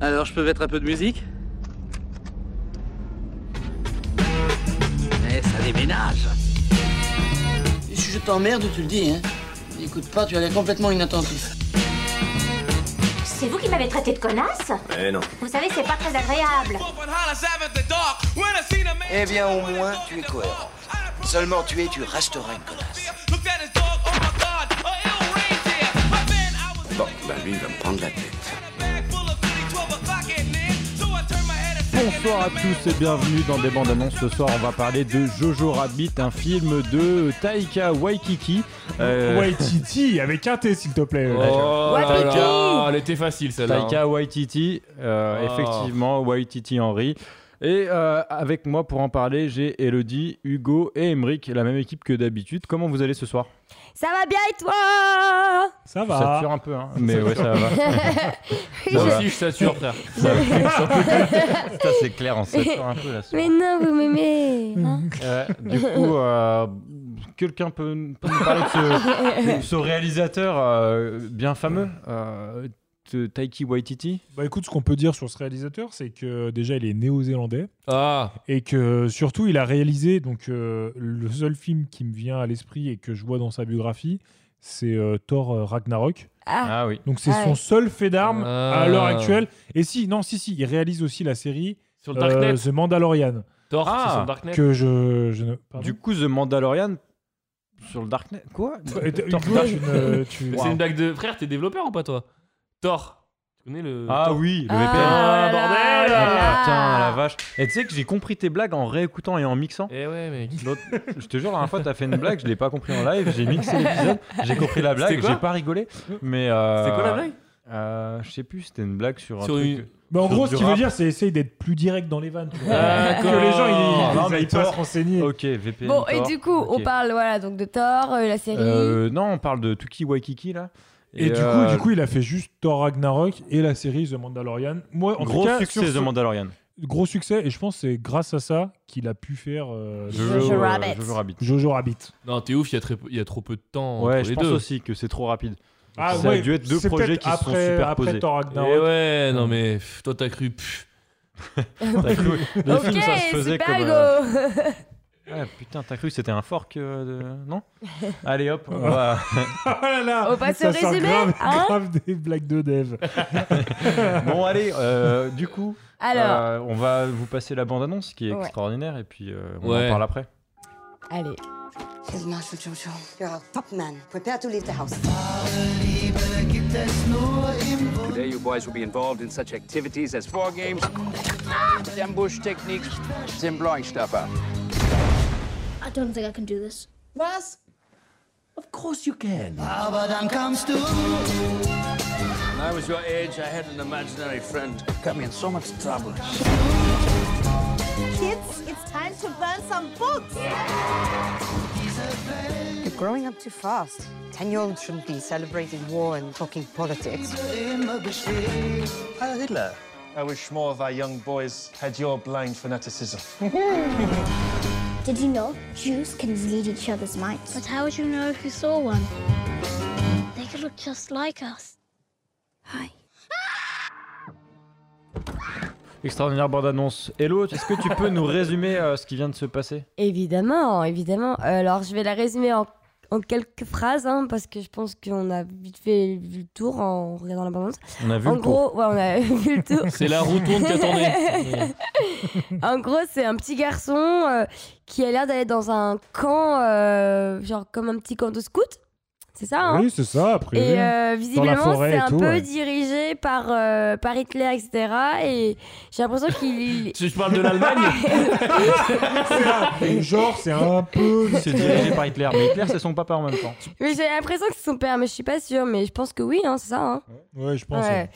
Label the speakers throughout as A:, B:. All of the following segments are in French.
A: Alors je peux mettre un peu de musique Mais Eh, ça déménage
B: Si je t'emmerde, tu le dis, hein. Écoute pas, tu as l'air complètement inattentif.
C: C'est vous qui m'avez traité de connasse
D: Eh non.
C: Vous savez, c'est pas très agréable.
E: Eh bien, au moins, tu es cohérent. Seulement tu es, tu resteras une connasse.
D: Bon, bah
E: ben,
D: lui, il va me prendre la tête.
F: Bonsoir à tous et bienvenue dans des bandes annonces. Ce soir, on va parler de Jojo Rabbit, un film de Taika Waikiki. Euh,
G: Waititi, avec un T s'il te plaît.
H: Oh
C: Ouais,
H: là
C: Tiki.
H: là, elle était facile celle-là.
F: Taika Waititi, euh,
H: Ah.
F: effectivement, Waititi Henry. Et euh, avec moi pour en parler, j'ai Elodie, Hugo et Emeric, la même équipe que d'habitude. Comment vous allez ce soir
I: Ça va bien et toi
G: Ça
F: Ça
G: va.
F: tire un peu, hein, mais ouais, ça va.
H: Moi
F: Voilà.
H: aussi, je t'assure, frère.
F: Ça va. Putain, c'est clair, on sature un peu là. ce soir.
I: Mais non, vous m'aimez
F: Mmh.
I: hein
F: Ouais, du coup, euh, quelqu'un peut, n- peut nous parler de ce, ce réalisateur euh, bien fameux, euh, de Taiki Waititi
G: Bah écoute, ce qu'on peut dire sur ce réalisateur, c'est que déjà il est néo-zélandais
H: Ah,
G: et que surtout il a réalisé donc euh, le seul film qui me vient à l'esprit et que je vois dans sa biographie, c'est euh, Thor euh, Ragnarok.
I: Ah,
F: Ah oui.
G: Donc c'est
I: Ah
G: son
I: ouais.
G: seul fait d'armes
H: Ah.
F: Euh,
G: à l'heure actuelle. Et si, non, si, si, il réalise aussi la série
H: sur le Darknet.
G: euh, The Mandalorian
H: Thor,
F: Ah.
H: c'est sur le Darknet.
G: que je, je ne. pardon.
F: Du coup, The Mandalorian sur le Darknet. Quoi
G: Euh, Hugo,
F: Thor-
G: tu ne- tu-
H: Mais C'est une blague de. Frère, t'es développeur ou pas, toi Thor. Tu connais le.
F: Ah
H: Thor
F: oui, le
I: Ah,
F: VPN.
H: Ah,
I: là,
H: bordel
I: là.
F: Putain, la vache. Et tu sais que j'ai compris tes blagues en réécoutant et en mixant.
H: Eh ouais, mec.
F: L'autre- Je te jure, la dernière fois, t'as fait une blague, je l'ai pas compris en live, j'ai mixé l'épisode, j'ai compris la blague,
H: C'était quoi
F: j'ai pas rigolé. Mais euh,
H: C'était quoi la blague
F: euh, Je sais plus, c'était une blague sur, un
H: Sur
F: truc-
H: une-
G: Mais en
F: Sur
G: gros,
F: du
G: ce qu'il veut
F: rap.
G: dire, c'est essayer d'être plus direct dans les vannes. tu vois.
H: Ah, D'accord.
G: que les gens, ils, ils,
F: Non, mais
G: aillent pas se
F: Thor-
G: renseigner.
F: Ok, VPN.
I: Mm. Bon, et
F: Thor,
I: du coup,
F: ok.
I: on parle voilà, donc de Thor, euh, la série.
F: Euh, non, on parle de Tuki Waikiki là.
G: Et, du,
F: euh,
G: coup, du coup, il a fait juste Thor Ragnarok et la série The Mandalorian. Moi, en
F: gros
G: tout cas,
F: succès
G: sur ce-
F: The Mandalorian.
G: Gros succès, et je pense que c'est grâce à ça qu'il a pu faire euh,
I: Jojo
F: euh,
I: Rabbit.
F: Jojo Rabbit.
G: Jojo Rabbit.
H: Non, t'es ouf, il y, a très peu- il y a trop peu de temps
F: Ouais,
H: entre
F: je
H: les
F: pense
H: deux.
F: aussi que c'est trop rapide.
G: Ah,
F: Ça a dû être deux
G: c'est
F: projets
G: peut-être
F: qui se sont
G: après-
F: superposés.
G: Après Thor
H: Eh
G: Ragnarok.
H: ouais, non mais pff, toi t'as cru. pff.
F: T'as cru- le
I: ok,
F: film, ça se faisait
I: super
F: comme.
I: Hugo
F: euh, ah, putain, t'as cru que c'était un fork euh, de- Non Allez hop, on va.
G: Oh là là,
I: On passe
G: ça
I: au
G: sort
I: résumé,
G: grave,
I: hein
G: grave des blagues de dev.
F: bon, allez, euh, du coup,
I: Alors,
F: euh, on va vous passer la bande-annonce qui est
I: Ouais.
F: extraordinaire et puis euh, on
H: Ouais.
F: en parle après.
I: allez.
J: Here's Marshal Jojo. You're our top man. Prepare to leave the house.
E: Today, you boys will be involved in such activities as war games,
B: Ah
E: ambush techniques, and blowing stuff up.
C: I don't think I can do this.
J: Was?
E: When I was your age, I had an imaginary friend. Got me in so much trouble.
J: Kids, it's time to burn some books. You're growing up too fast. Ten-year-olds shouldn't be celebrating war and talking politics.
E: Heil Hitler. I wish more of our young boys had your blind fanaticism.
C: Did you know Jews can lead each other's minds? But how would you know if you saw one? They could look just like us. Hi.
F: Extraordinaire bande-annonce. Hello, est-ce que tu peux nous résumer euh, ce qui vient de se passer
I: Évidemment, évidemment. Euh, Alors, je vais la résumer en, en quelques phrases, hein, parce que je pense qu'on a vite fait vu le tour en regardant la bande
F: On a vu
I: En
F: le cours.
I: gros, ouais, on a vu le tour.
H: C'est la roue tourne qui a tourné.
I: En gros, c'est un petit garçon euh, qui a l'air d'aller dans un camp, euh, genre comme un petit camp de scout. C'est ça, hein
G: Oui, c'est ça, après.
I: Et euh, visiblement,
G: forêt
I: c'est
G: et
I: un
G: tout,
I: peu
G: ouais.
I: dirigé par, euh, par Hitler, etc. Et j'ai l'impression qu'il.
H: Tu- Je parle de l'Allemagne
G: Genre, c'est un peu.
F: C'est dirigé par Hitler, mais Hitler c'est son papa en même temps.
I: mais j'ai l'impression que c'est son père, mais je suis pas sûre. Mais je pense que oui, hein, c'est ça. hein.
G: Ouais, je pense.
I: Ouais.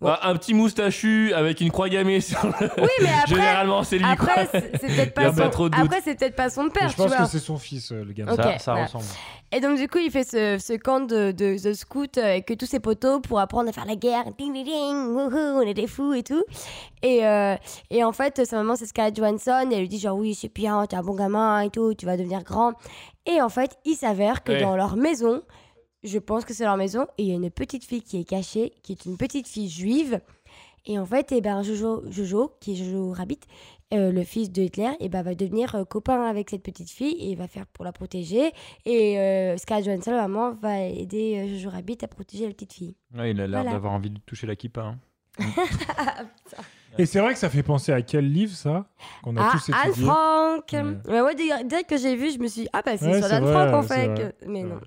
H: Bah, Un petit moustachu avec une croix gammée sur le-
I: Oui, mais après,
H: Généralement, c'est lui.
I: après c'est c'est peut-être
H: Y a
I: pas,
H: pas
I: son-
H: trop de doute.
I: après, c'est peut-être pas son
G: hein.
I: père,
G: Je
I: tu
G: pense
I: vois.
G: que c'est son fils, euh, le gars.
I: Ok,
F: ça ça
I: voilà.
F: ressemble.
I: Et donc, du coup, il fait ce, ce camp de, de, de scout euh, avec tous ses poteaux pour apprendre à faire la guerre. Ding, ding, ding, wouhou, on est des fous et tout. Et, euh, et en fait, sa maman, c'est Scarlett Johansson. Et elle lui dit genre, oui, c'est bien, t'es un bon gamin et tout, tu vas devenir grand. Et en fait, il s'avère que
H: Ouais.
I: dans leur maison, je pense que c'est leur maison, et il y a une petite fille qui est cachée, qui est une petite fille juive. Et en fait, eh ben, Jojo, Jojo, qui est Jojo Rabbit, euh, le fils de Hitler, eh ben, va devenir euh, copain avec cette petite fille et va faire pour la protéger. Et euh, Scarlett Johansson, la maman, va aider euh, Jojo Rabbit à protéger la petite fille.
F: Ouais, il a l'air
I: Voilà.
F: d'avoir envie de toucher la kippa. hein.
G: Et c'est vrai que ça fait penser à quel livre ça Qu'on a
I: Ah,
G: tous
I: Anne
G: étudié.
I: Frank
G: Ouais.
I: Ouais, ouais, dès, dès que j'ai vu, je me suis dit, ah bah c'est
G: Ouais,
I: sur
G: c'est
I: Anne
G: vrai,
I: Frank en
G: c'est
I: fait.
G: vrai.
I: que- Mais non.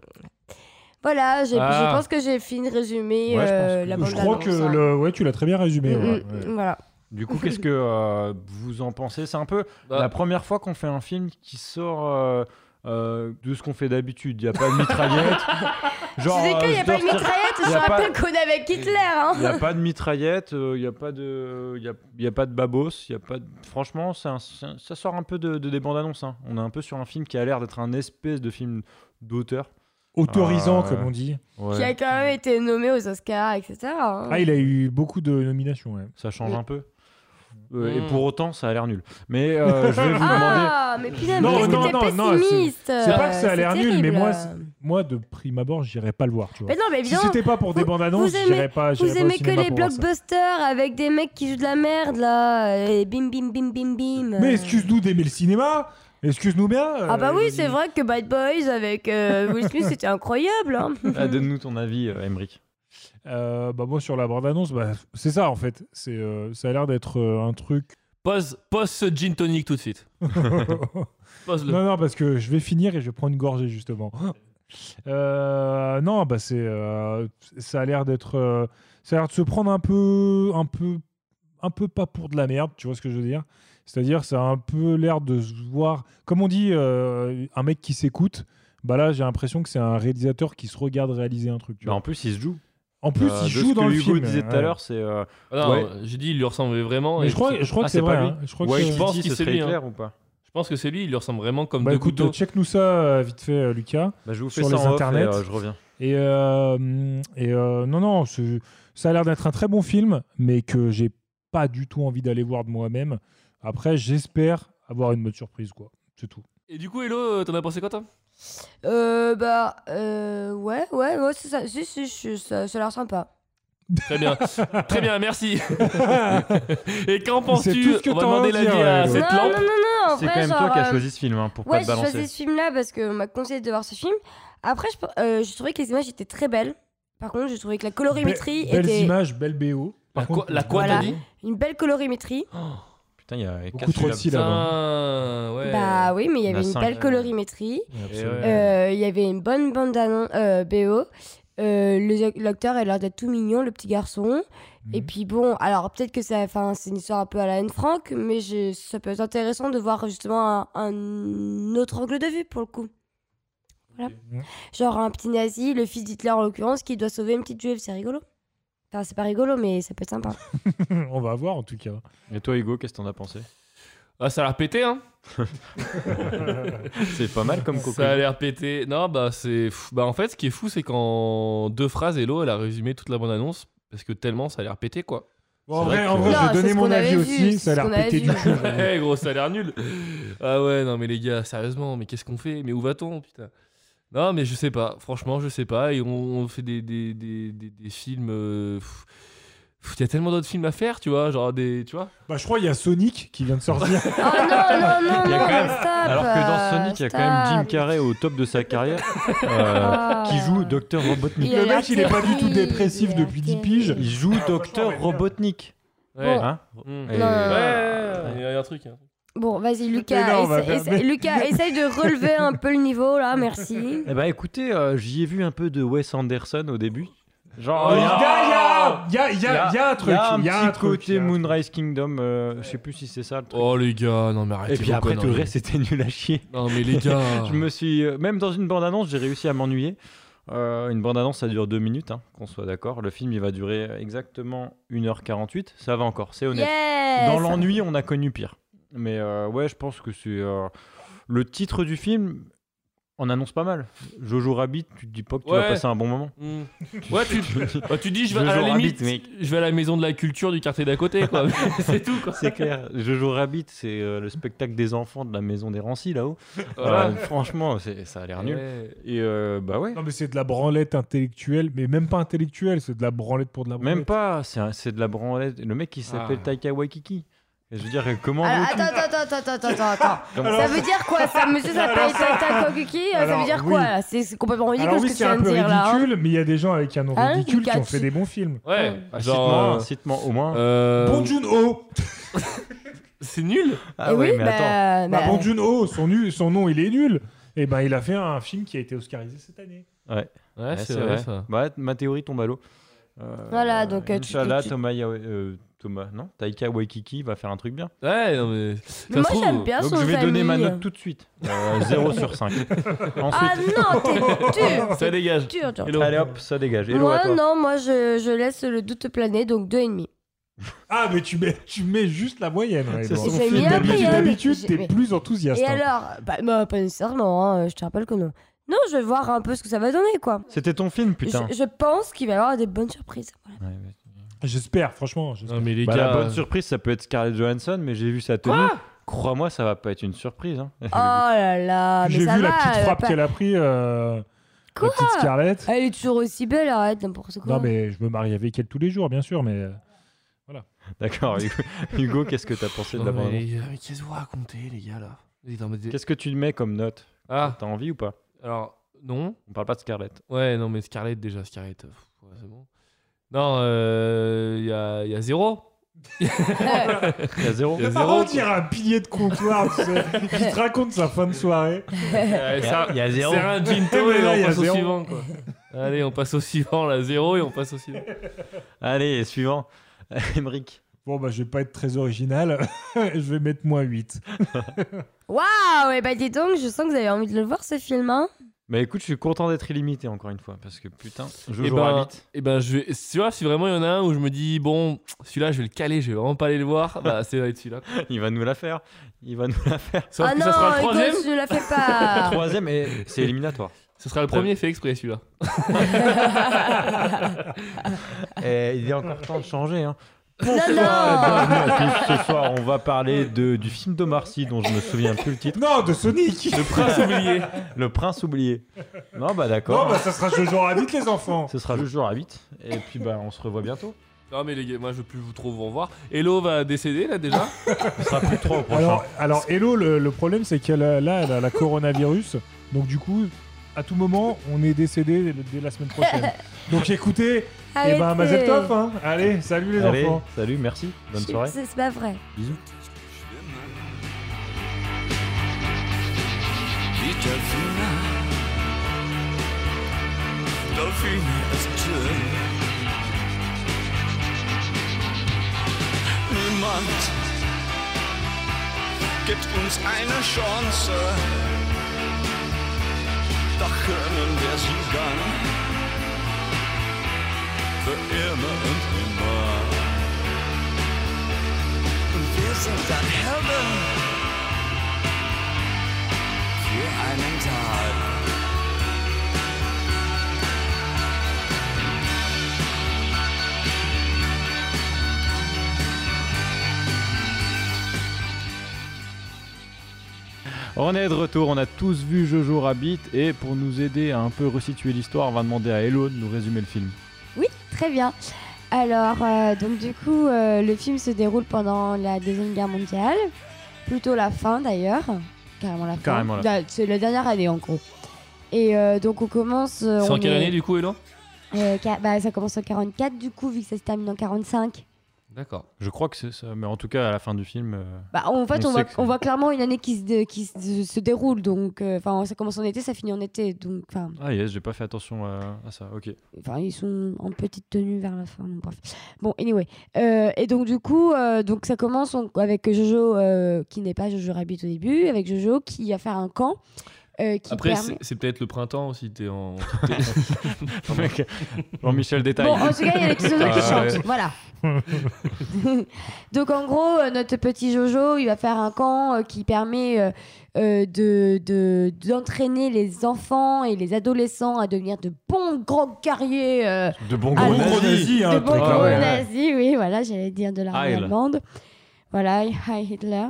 I: Voilà, j'ai-
G: Ah.
I: je pense que j'ai fini de résumer
F: Ouais, je pense
I: euh,
F: que-
I: la
F: Je
I: bande Mm,
G: Je crois que le... ouais, tu l'as très bien résumé. ouais.
I: Voilà.
F: Du coup, qu'est-ce que euh, vous en pensez C'est un peu
H: Bah.
F: la première fois qu'on fait un film qui sort euh, euh, de ce qu'on fait d'habitude. Il n'y a pas de mitraillette.
I: Je sais
F: euh,
I: qu'il n'y a
F: je
I: pas
F: dois
I: de
F: retirer-
I: mitraillette, je
F: Il y a pas-
I: rappelle qu'on est avec Hitler. hein.
F: Il n'y a pas de mitraillette, euh, il n'y a pas de, il y a, il y a pas de babos, il y a pas. de- Franchement, c'est un- c'est un- ça sort un peu de, de des bandes annonces. hein. On est un peu sur un film qui a l'air d'être un espèce de film d'auteur.
G: Autorisant,
F: Euh,
G: comme on dit.
F: ouais.
I: Qui a quand même été nommé aux Oscars, etc. hein.
G: Ah, il a eu beaucoup de nominations. ouais.
F: Ça change
I: Mm.
F: un peu. Euh,
H: Mm.
F: Et pour autant, ça a l'air nul. Mais euh, je vais vous demander.
I: Hmm. Ah, mais putain, mais
G: Non,
I: qu'est-ce
G: non,
I: que
G: non,
I: t'es
G: non, c'est-
I: pessimiste
G: C'est pas que ça a
I: euh,
G: l'air
I: c'est
G: nul, mais
I: terrible.
G: moi, c'est- moi de prime abord, j'irais pas le voir. Tu vois.
I: Mais non, mais
G: si
I: évidemment,
G: c'était pas pour des
I: vous-
G: bandes annonces,
I: vous aimez-
G: j'irais pas. j'irais
I: Vous
G: pas au
I: aimez que
G: cinéma
I: les
G: pour voir ça.
I: blockbusters avec des mecs qui jouent de la merde là, et bim bim bim bim bim.
G: Mais excuse-nous d'aimer le cinéma. Excuse-nous bien.
I: euh. Ah bah
G: euh,
I: oui,
G: je-
I: c'est vrai que Bad Boys avec euh, Will Smith c'était incroyable. hein.
F: Ah, Donne-nous ton avis, euh, Emmerich.
G: Euh, bah moi sur la bande annonce, bah, c'est ça en fait. C'est euh, ça a l'air d'être euh, un truc.
H: Pose, pose ce gin tonic tout de suite. Pose-le.
G: Non non parce que je vais finir et je vais prendre une gorgée justement. Euh, non bah c'est euh, ça a l'air d'être euh, ça a l'air de se prendre un peu un peu un peu pas pour de la merde. Tu vois ce que je veux dire C'est-à-dire ça a un peu l'air de se voir comme on dit euh, un mec qui s'écoute. Bah là j'ai l'impression que c'est un réalisateur qui se regarde réaliser un truc. tu
F: Bah,
G: vois.
F: en plus, il se joue.
G: En plus
F: Euh,
G: il
F: de
G: joue
F: ce
G: dans
F: que
G: le
F: Hugo
G: film.
F: disait tout à
G: ouais.
F: l'heure, c'est. euh,
H: Ah non,
F: Ouais.
H: j'ai dit, il lui ressemblait vraiment.
G: Mais
H: et
G: je crois, je crois
F: ah,
G: que c'est vrai. hein. Je crois que
F: White
G: c'est-
H: pense
F: City,
H: qu'il
F: ce
H: s'est
F: serait
H: mis, hein.
F: clair ou pas
H: je pense que c'est lui, il lui ressemble vraiment comme
G: Bah
H: deux
G: écoute,
H: couteaux.
G: check nous ça euh, vite fait, euh, Lucas.
F: bah, Je vous fais
G: Sur
F: ça
G: les
F: en off et,
G: internets.
F: euh, je reviens.
G: Et, euh, hum, et euh, non, non, ce- ça a l'air d'être un très bon film, mais que j'ai pas du tout envie d'aller voir de moi-même. Après, j'espère avoir une bonne surprise, quoi. C'est tout.
H: Et du coup, Hello, euh, t'en as pensé quoi, toi
I: Euh, bah euh, ouais ouais ouais c'est ça, si, si, je- ça, ça a l'air sympa.
H: Très bien. Très bien, merci. Et qu'en
G: C'est
H: penses-tu
G: tout ce que
H: On va
G: t'as
H: demander
G: à dire,
H: l'avis à
G: Hello.
H: cette
I: non, non
H: lampe.
I: non non en
F: C'est
I: vrai,
F: quand même toi
I: genre,
F: qui as
I: euh,
F: choisi ce film hein, pour
I: Ouais,
F: pas te
I: j'ai
F: balancer.
I: choisi ce film-là parce qu'on m'a conseillé de voir ce film. Après, je, euh, je trouvais que les images étaient très belles. Par contre, je trouvais que la colorimétrie
G: Be- belles
I: était
G: images, belle BO. Par
H: La
G: contre,
H: quoi, la quoi
I: Voilà.
H: t'as dit
I: une belle colorimétrie.
F: Oh, Putain, il y a
G: beaucoup
F: quatre
G: trop de
F: syllabes.
G: syllabes.
H: Putain, ouais.
I: Bah oui, mais il y
F: Il y en a
I: avait une
F: cinq, euh.
I: belle
F: ouais.
I: colorimétrie.
F: Eh
G: Absolument.
H: ouais.
I: Euh, Il y avait une bonne bande annonce euh, BO. Euh, le- L'acteur a l'air d'être tout mignon, le petit garçon.
G: Mhm.
I: Et puis bon, alors peut-être que ça, enfin, c'est une histoire un peu à la Anne Frank, mais je- ça peut être intéressant de voir justement un, un autre angle de vue pour le coup. Voilà.
G: Mhm.
I: Genre un petit nazi, le fils d'Hitler en l'occurrence, qui doit sauver une petite juive, c'est rigolo. Enfin, c'est pas rigolo, mais ça peut être sympa.
G: On va voir en tout cas.
F: Et toi, Hugo, qu'est-ce que t'en as pensé
H: Ah, ça a l'air pété, hein
F: C'est pas mal comme coco.
H: Ça a l'air pété. Non, bah c'est. fou. Bah en fait, ce qui est fou, c'est qu'en deux phrases, Hello, elle a résumé toute la bonne annonce parce que tellement ça a l'air pété, quoi.
G: Bon, en
F: C'est
G: vrai,
F: vrai
G: en
F: que-
G: vrai,
I: Non,
G: j'ai
I: c'est
G: donné
I: ce
G: mon
I: qu'on avait
G: avis
I: vu,
G: aussi.
I: c'est
G: Ça a
I: ce qu'on
G: l'air
I: avait
G: pété
I: vu.
G: du cul.
H: Eh gros, ça a l'air nul. Ah ouais, non mais les gars, sérieusement, mais qu'est-ce qu'on fait Mais où va-t-on, putain Non mais je sais pas, franchement je sais pas. Et on, on fait des, des, des, des, des films... euh, pff, pff, y a tellement d'autres films à faire, tu vois, genre des... Tu vois
G: Bah, je crois qu'il y a Sonic qui vient de sortir.
I: oh non, non, non,
F: Il y a
I: non,
F: quand même-
I: stop
F: Alors que dans
I: euh,
F: Sonic, il y a quand même Jim
I: stop.
F: Carrey au top de sa carrière euh,
I: Ah.
F: qui joue Docteur Robotnik.
I: Il a
G: Le
I: l'air
G: mec, il est pas du tout
I: terrible,
G: dépressif
I: il a l'air
G: depuis 10
I: terrible.
G: piges.
F: Il joue Docteur Robotnik.
H: Ouais.
F: Hein
H: Mm.
F: Et-
I: Non, non, non.
H: Ouais, il y a un truc. hein.
I: Bon, vas-y,
G: Mais non,
I: Lucas,
G: on va
I: essa-
G: faire-
I: essa-
G: mais-
I: Lucas, essaye de relever un peu le niveau, là, merci.
F: Eh ben écoutez, euh, j'y ai vu un peu de Wes Anderson au début. Genre,
G: Oh,
F: il
G: Il
F: y a-
G: y a- il y a- il y a- il y a un
F: il y
G: truc.
F: a un
G: il y a
F: petit
G: un truc, il y
F: côté
G: a un truc.
F: Moonrise Kingdom, euh, je sais plus si c'est ça le truc.
H: Oh les gars, non mais
F: Et
H: arrêtez.
F: puis
H: vos
F: après, tout le
H: conneries.
F: reste, c'était nul à chier.
H: Non mais les gars...
F: Je me suis, euh, même dans une bande-annonce, j'ai réussi à m'ennuyer. Euh, une bande-annonce, ça dure deux minutes, hein, qu'on soit d'accord. Le film, il va durer exactement 1h48. Ça va encore, c'est honnête.
I: Yes
F: Dans l'ennui, on a connu pire. Mais euh, ouais, je pense que c'est euh, le titre du film. On annonce pas mal. Jojo Rabbit, tu te dis pas que tu vas
H: Ouais.
F: passer un bon moment.
H: Mm. Ouais, tu, bah, tu dis, je vais, à
F: Jojo
H: la
F: Rabbit,
H: limite,
F: mec.
H: je vais à la maison de la culture du quartier d'à côté, quoi. c'est tout, quoi.
F: C'est clair. Jojo Rabbit, c'est euh, le spectacle des enfants de la maison des rancis là-haut.
H: Voilà.
F: Euh, franchement, c'est- ça a l'air nul.
H: Ouais.
F: Et euh, bah ouais.
G: Non, mais c'est de la branlette intellectuelle, mais même pas intellectuelle, c'est de la branlette pour de la branlette.
F: Même pas, c'est un- c'est de la branlette. Le mec, il s'appelle
H: Ah.
F: Taika Waikiki. Et Je veux dire, comment
I: Alors,
F: veux-tu
I: Ah, attends, attends, attends, attends, attends, attends, attends.
F: Comment-
I: ça veut dire quoi Ça, monsieur s'appelle Tata Kokuki euh, Ça
G: Ah, Alors,
I: veut dire
G: oui.
I: quoi là C'est c'est complètement ridicule
G: Alors
I: ce
G: oui,
I: que tu
G: c'est
I: viens
G: un
I: de
G: peu
I: dire là. hein.
G: ridicule, mais il y a des gens avec un nom
I: Hein,
G: ridicule qui ont
I: Lucati.
G: fait des bons films.
H: Ouais,
F: Ah,
H: genre.
F: Cite-moi, cite-moi au moins.
H: euh,
G: Bon Joon-ho
H: c'est nul.
F: Ah
I: Eh
F: ouais,
I: oui,
F: mais
I: bah,
F: attends.
G: Bah,
I: bah,
G: Bong Joon-ho, son, nu- son nom, il est nul. Et ben, il a fait un film qui a été oscarisé cette année.
H: Ouais,
F: Ouais,
H: c'est vrai, ça.
F: Bah, ma théorie tombe à l'eau. Euh,
I: Voilà, donc, euh, tu-
F: Inch'Allah,
I: tu-
F: Thomas, Yawe- euh, Thomas, non Taika Waikiki va faire un truc bien.
H: Ouais, non, mais.
I: Mais
H: ça se
I: moi
H: trouve-
I: j'aime bien
F: Donc
I: son
F: je vais donner ma
I: famille.
F: note tout de suite. Euh, 0 sur 5.
I: Ah
F: Ensuite,
I: non, t'es dur
H: Ça dégage.
I: Dur, dur.
H: Hello.
F: allez hop, ça dégage. Hello à
I: Moi,
F: toi.
I: non, moi je, je laisse le doute planer, donc 2,5.
G: Ah, mais tu mets, tu mets juste la moyenne. ouais,
F: C'est
G: bon.
F: son
I: J'ai
F: film
I: mis un
F: d'habitude.
I: prix, hein.
G: D'habitude,
I: J'ai-
G: t'es plus enthousiaste.
I: Et
G: hein.
I: alors bah, bah, pas nécessairement, hein, je te rappelle que non. Non, je vais voir un peu ce que ça va donner, quoi.
F: C'était ton film, putain.
I: Je, je pense qu'il va y avoir des bonnes surprises. Voilà.
F: Ouais, ouais.
G: J'espère, franchement. j'espère.
H: Non, mais les
F: Bah,
H: gars.
F: la bonne surprise, ça peut être Scarlett Johansson, mais j'ai vu sa tenue. Crois-moi, ça va pas être une surprise. hein.
I: Oh là là, mais
G: J'ai vu
I: ça
G: la
I: va.
G: petite
I: elle,
G: frappe
I: va pas-
G: qu'elle a pris, euh,
I: Quoi
G: la petite Scarlett.
I: elle est toujours aussi belle, arrête n'importe quoi.
G: Non, mais je me marie avec elle tous les jours, bien sûr, mais. euh,
F: D'accord, Hugo, Hugo, qu'est-ce que t'as pensé de
H: Non,
F: la
H: mais,
F: bande
H: les gars, mais qu'est-ce que vous racontez, les gars, là Vous êtes en mode-
F: Qu'est-ce que tu mets comme note
H: Ah,
F: T'as envie ou pas
H: alors, non.
F: On parle pas de Scarlett.
H: Ouais, non, mais Scarlett, déjà, Scarlett. euh, pff, ouais, c'est bon. Non, euh, il y, a, il y a zéro.
F: Il y a 0
H: Il y a
G: Par
H: zéro.
G: contre, il y a un pilier de comptoir, tu sais, qui te raconte sa fin de soirée.
H: Euh, c'est un-
F: y a
H: C'est un gin
G: Eh ouais,
H: tonic,
G: là, il
H: on
G: y a
H: passe au
G: zéro.
H: suivant, quoi. Allez, on passe au suivant, là, zéro, et on passe au suivant.
F: Allez, suivant. Emmerich.
G: Bon, bah, je vais pas être très original. je vais mettre moins 8.
I: Waouh, et bah dis donc, je sens que vous avez envie de le voir ce film. Hein.
F: Bah écoute, je suis content d'être illimité encore une fois parce que putain, Jojo
H: et ben,
F: Rabbit.
H: eh ben, je vais. Tu vois, si vraiment il y en a un où je me dis, bon, celui-là, je vais le caler, je vais vraiment pas aller le voir, bah, c'est va être celui-là.
F: il va nous la faire. Il va nous la faire.
H: Sauf
I: ah
H: que
I: non,
H: ça sera le
I: Hugo,
H: troisième.
I: je ne la fais pas.
F: Troisième et c'est éliminatoire.
H: Ce sera le premier fait exprès, celui-là.
F: Et Eh, il est encore temps de changer. Hein.
I: non,
F: Ah,
I: non.
F: bienvenue à tous. Ce soir, on va parler de, du film d'Omar Sy dont je me souviens plus le titre.
G: Non, de Sonic
H: Le prince oublié.
F: Le prince oublié. bah. Non, bah
G: Non,
F: d'accord.
G: bah, ça sera Jojo Rabbit, les enfants.
F: Ce sera Jojo Rabbit. Et puis bah on se revoit bientôt.
H: Non, mais les gars, moi, je veux plus vous trop vous revoir. Hello va décéder, là, déjà.
F: Ce sera plus trop au prochain.
G: Alors, alors Hello, le, le problème, c'est qu'elle a- là, elle a la coronavirus. Donc, du coup, à tout moment, on est décédé dès la semaine prochaine. Donc, écoutez, et
I: Arrêtez.
G: ben, Mazel Tov, hein. Allez, salut les
F: Allez,
G: enfants.
F: salut, merci. Bonne soirée.
I: C'est c'est pas vrai.
F: Bisous.
D: Delfina Delfina ist schön Niemand gibt uns eine Chance Doch können wir sie dann Für immer und immer Und wir sind dann Heaven für einen Tag.
F: On est de retour, on a tous vu Jojo Rabbit et pour nous aider à un peu resituer l'histoire, on va demander à Hello de nous résumer le film.
I: Très bien. Alors, euh, donc du coup, euh, le film se déroule pendant la Deuxième Guerre mondiale, plutôt la fin d'ailleurs, carrément la fin.
F: Carrément la
I: Da- C'est la dernière année en gros. Et euh, donc on commence... euh,
H: C'est en
I: on
H: quelle
I: est-
H: année, du coup, Hello
I: euh, ca- bah, Ça commence en 44 du coup, vu que ça se termine en 45.
H: D'accord.
F: Je crois que c'est ça, mais en tout cas à la fin du film, euh,
I: Bah, en fait,
F: On
I: on,
F: sait
I: voit,
F: que c'est-
I: on voit clairement une année qui se, dé- qui se, se déroule, donc euh, enfin, ça commence en été, ça finit en été, donc enfin...
F: ah yes, j'ai pas fait attention à, à ça, ok.
I: enfin ils sont en petite tenue vers la fin bon, bref bon anyway Euh, et donc du coup euh, donc ça commence on- avec Jojo euh, qui n'est pas Jojo Rabbit au début avec Jojo qui va faire un camp euh, qui
H: Après,
I: permet-
H: c'est- c'est peut-être le printemps aussi. T'es en.
F: Mec, Jean-Michel détaille.
I: Bon, en tout cas, il y a les petits oiseaux qui
H: Ah, ouais.
I: chantent. Voilà. Donc, en gros, euh, notre petit Jojo, il va faire un camp euh, qui permet euh, euh, de- de- d'entraîner les enfants et les adolescents à devenir de bons grands guerriers. euh,
F: De bons
I: à
F: gros
I: la-
F: nazis, hein,
I: de
F: le
I: bons
F: truc,
I: gros
F: ah ouais, ouais.
I: nazis, oui, voilà, j'allais dire de l'armée
F: Heil.
I: allemande. Voilà, Heil Hitler.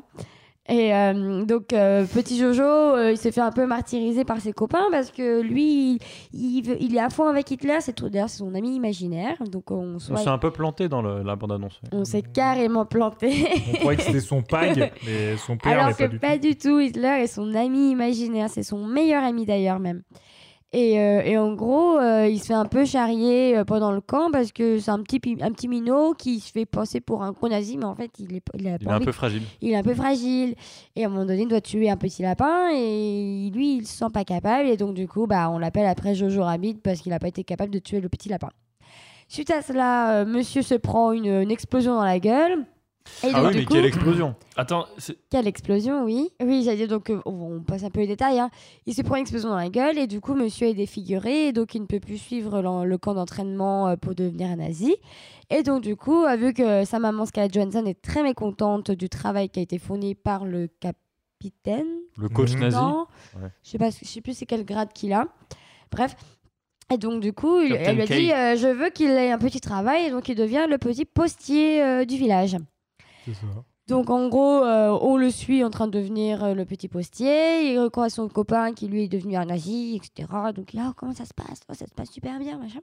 I: Et euh, donc, euh, petit Jojo, euh, il se fait un peu martyriser par ses copains parce que lui, il, il veut- il est à fond avec Hitler. C'est tout- D'ailleurs, c'est son ami imaginaire. Donc, on,
F: On
I: soit-
F: s'est un peu planté dans le- la bande-annonce. ouais.
I: on s'est carrément planté.
G: On croyait que c'était son pag, mais son père
I: Alors
G: n'est
I: que
G: pas du
I: pas du tout, Hitler est son ami imaginaire, c'est son meilleur ami d'ailleurs même. Et, euh, et en gros, euh, il se fait un peu charrier euh, pendant le camp parce que c'est un petit, pi- un petit minot qui se fait passer pour un gros nazi, mais en fait, il est, pas- il a
F: Il
I: pas
F: est un
I: envie-
F: peu fragile.
I: Il est un peu fragile. Et à un moment donné, il doit tuer un petit lapin et lui, il se sent pas capable. Et donc, du coup, bah, on l'appelle après Jojo Rabbit parce qu'il n'a pas été capable de tuer le petit lapin. Suite à cela, euh, monsieur se prend une, une explosion dans la gueule. Et
F: Ah
I: donc,
F: oui,
I: du
F: mais
I: coup-
F: quelle explosion
H: Attends, c'est-
I: quelle explosion, oui. Oui, j'allais dire, donc euh, on on passe un peu les détails. hein. Il se prend une explosion dans la gueule et du coup, monsieur est défiguré et donc il ne peut plus suivre l'en- le camp d'entraînement euh, pour devenir un nazi. Et donc, du coup, euh, vu que sa maman Scarlett Johansson est très mécontente du travail qui a été fourni par le capitaine,
F: Le coach
G: Mhm.
F: nazi
I: non
F: Ouais.
I: Je sais pas, je sais plus c'est quel grade qu'il a. Bref. Et donc du coup, il-
H: Captain
I: elle lui a
H: K.
I: dit euh, je veux qu'il ait un petit travail et donc il devient le petit postier euh, du village.
G: C'est ça.
I: Donc en gros, euh, on le suit en train de devenir euh, le petit postier, il recroise son copain qui lui est devenu un nazi, etc. Donc là, comment ça se passe Oh, Ça se passe super bien, machin.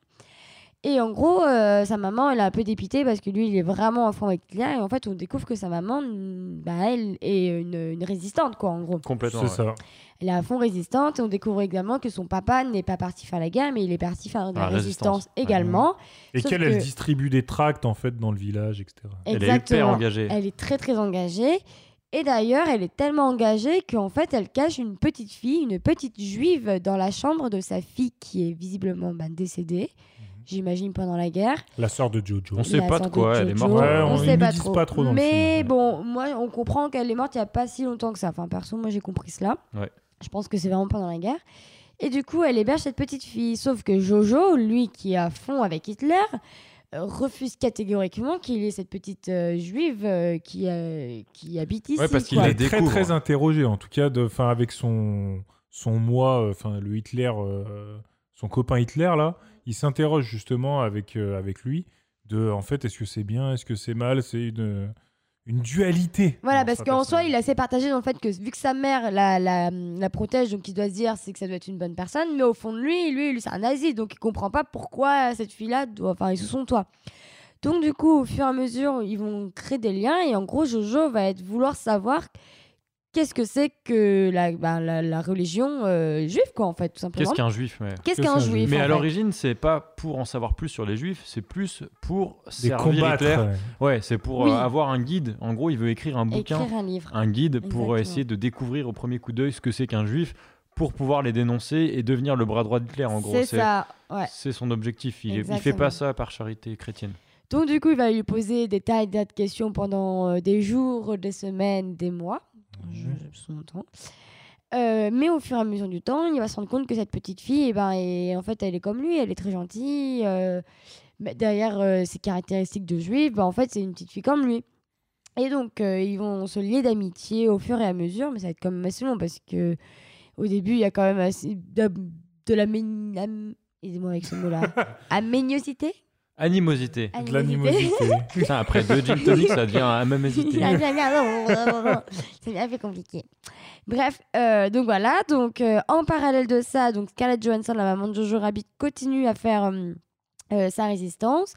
I: Et en gros, euh, sa maman, elle est un peu dépitée parce que lui, il est vraiment enfant avec Claire. Et en fait, on découvre que sa maman, mm, bah, elle est une, une résistante, quoi, en gros.
F: Complètement.
G: C'est
F: ouais.
G: ça.
I: Elle est à fond résistante. On découvre également que son papa n'est pas parti faire la guerre, mais il est parti faire de la
F: Ah,
I: résistance,
F: résistance.
I: également.
G: Et
I: Sauf
G: qu'elle,
I: que-
G: elle distribue des tracts, en fait, dans le village, etc.
F: Elle est hyper
I: Exactement.
F: engagée.
I: Elle est très très engagée. Et d'ailleurs, elle est tellement engagée qu'en fait, elle cache une petite fille, une petite juive, dans la chambre de sa fille qui est visiblement ben, décédée, j'imagine pendant la guerre.
G: La sœur de Jojo.
F: On sait
I: La
F: pas
I: sœur
F: de quoi, elle est
I: Jojo,
F: morte.
G: Ouais,
I: on
G: on-
I: sait
G: ils
I: pas
G: nous disent
I: trop.
G: pas trop dans le
I: Mais
G: film.
I: bon, moi, on comprend qu'elle est morte il n'y a pas si longtemps que ça. Enfin, perso, moi, j'ai compris cela.
F: Ouais.
I: Je pense que c'est vraiment pendant la guerre. Et du coup, elle héberge cette petite fille. Sauf que Jojo, lui qui est à fond avec Hitler, euh, refuse catégoriquement qu'il ait cette petite euh, juive euh, qui, euh, qui habite ici.
F: Ouais, parce qu'il
I: quoi.
G: Il
F: la
G: est très
F: découvre.
G: très interrogé en tout cas de enfin avec son son moi euh, enfin le Hitler euh, son copain Hitler là il s'interroge justement avec euh, avec lui de en fait est-ce que c'est bien est-ce que c'est mal c'est une une dualité
I: Voilà,
G: dans
I: parce
G: sa
I: qu'en soi, il est
G: personnalité.
I: assez partagé dans le fait que vu que sa mère la, la, la protège, donc il doit se dire c'est que ça doit être une bonne personne, mais au fond de lui, lui, lui, c'est un nazi, donc il comprend pas pourquoi cette fille-là doit. Enfin, est sous son toit. Donc, du coup, au fur et à mesure, ils vont créer des liens, et en gros, Jojo va être vouloir savoir qu'est-ce que c'est que la, ben, la, la religion euh, juive, quoi, en fait, tout simplement.
F: Qu'est-ce qu'un juif ouais.
I: Qu'est-ce
G: que
I: qu'un
G: c'est un
I: juif
F: Mais
I: en
F: à
I: fait
F: l'origine, c'est pas pour en savoir plus sur les juifs, c'est plus pour
G: Des
F: servir
G: combattre,
F: Hitler.
G: ouais.
F: Ouais, c'est pour
I: Oui.
F: euh, avoir un guide. En gros, il veut écrire un bouquin,
I: Écrire un livre.
F: un guide
I: Exactement.
F: pour euh, essayer de découvrir au premier coup d'œil ce que c'est qu'un juif pour pouvoir les dénoncer et devenir le bras droit d'Hitler Ah, en gros.
I: C'est ça, ouais.
F: c'est son objectif. Il, est- il fait
I: Exactement.
F: pas ça par charité chrétienne.
I: Donc du coup, il va lui poser des tas et des tas de questions pendant euh, des jours, des semaines, des mois. Je, je sous-entends. Euh, mais au fur et à mesure du temps, il va se rendre compte que cette petite fille, eh ben, est- en fait, elle est comme lui, elle est très gentille. euh, mais derrière euh, ses caractéristiques de juive, bah, en fait, c'est une petite fille comme lui. Et donc, euh, ils vont se lier d'amitié au fur et à mesure, mais ça va être quand même assez long parce que au début, il y a quand même assez de, de la... mé- am- Aidez-moi avec ce mot-là. Améniosité
F: Animosité.
G: de l'animosité
F: Putain, après deux gin tonic, ça devient amamosité.
I: Ah, ça vient- C'est bien fait compliqué. Bref, euh, donc voilà. Donc euh, en parallèle de ça, donc Scarlett Johansson, la maman de Jojo Rabbit, continue à faire euh, euh, sa résistance.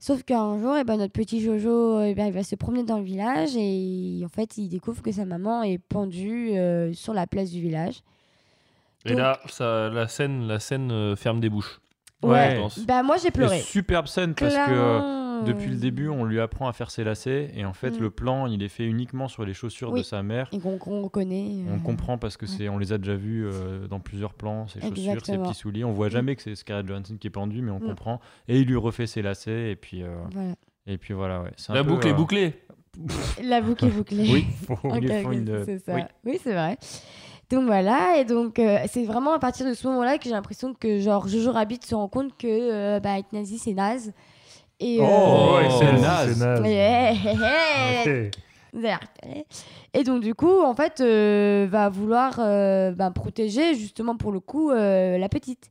I: Sauf qu'un jour, eh ben, notre petit Jojo, eh ben, il va se promener dans le village et en fait, il découvre que sa maman est pendue euh, sur la place du village.
H: Et là, ça, la scène, la scène euh, ferme des bouches.
F: Ouais.
H: Je pense.
I: Bah moi, j'ai
F: Et
I: pleuré.
F: Superbe scène parce que. euh,
I: Clairement,
F: Depuis le
I: euh,
F: début, on lui apprend à faire ses lacets et en fait,
I: Mm.
F: le plan, il est fait uniquement sur les chaussures
I: Oui.
F: de sa mère.
I: Et qu'on qu'on reconnaît. euh,
F: On comprend parce que c'est, on les a déjà vus euh, dans plusieurs plans, ses chaussures, ses
I: Exactement. Mm.
F: petits souliers. On voit jamais que c'est Scarlett Johansson qui est pendue, mais on comprend. Et il lui refait ses lacets et puis, euh,
I: voilà.
F: et puis voilà. Ouais. C'est un
H: La
F: peu,
H: boucle
F: euh,
H: est bouclée.
I: La boucle est bouclée.
F: Oui,
I: Ok,
F: ils font
I: ok,
F: une- euh,
I: c'est ça.
F: oui.
I: Oui, c'est vrai. Donc voilà, et donc euh, c'est vraiment à partir de ce moment-là que j'ai l'impression que genre Jojo Rabbit se rend compte que euh, bah, être nazi c'est naze. Et,
G: Oh,
I: euh,
G: ouais, c'est naze. C'est naze.
I: Ouais, ouais, ouais. Vous allez reconnaître. Et donc du coup, en fait, euh, va vouloir euh, bah, protéger justement pour le coup euh, la petite.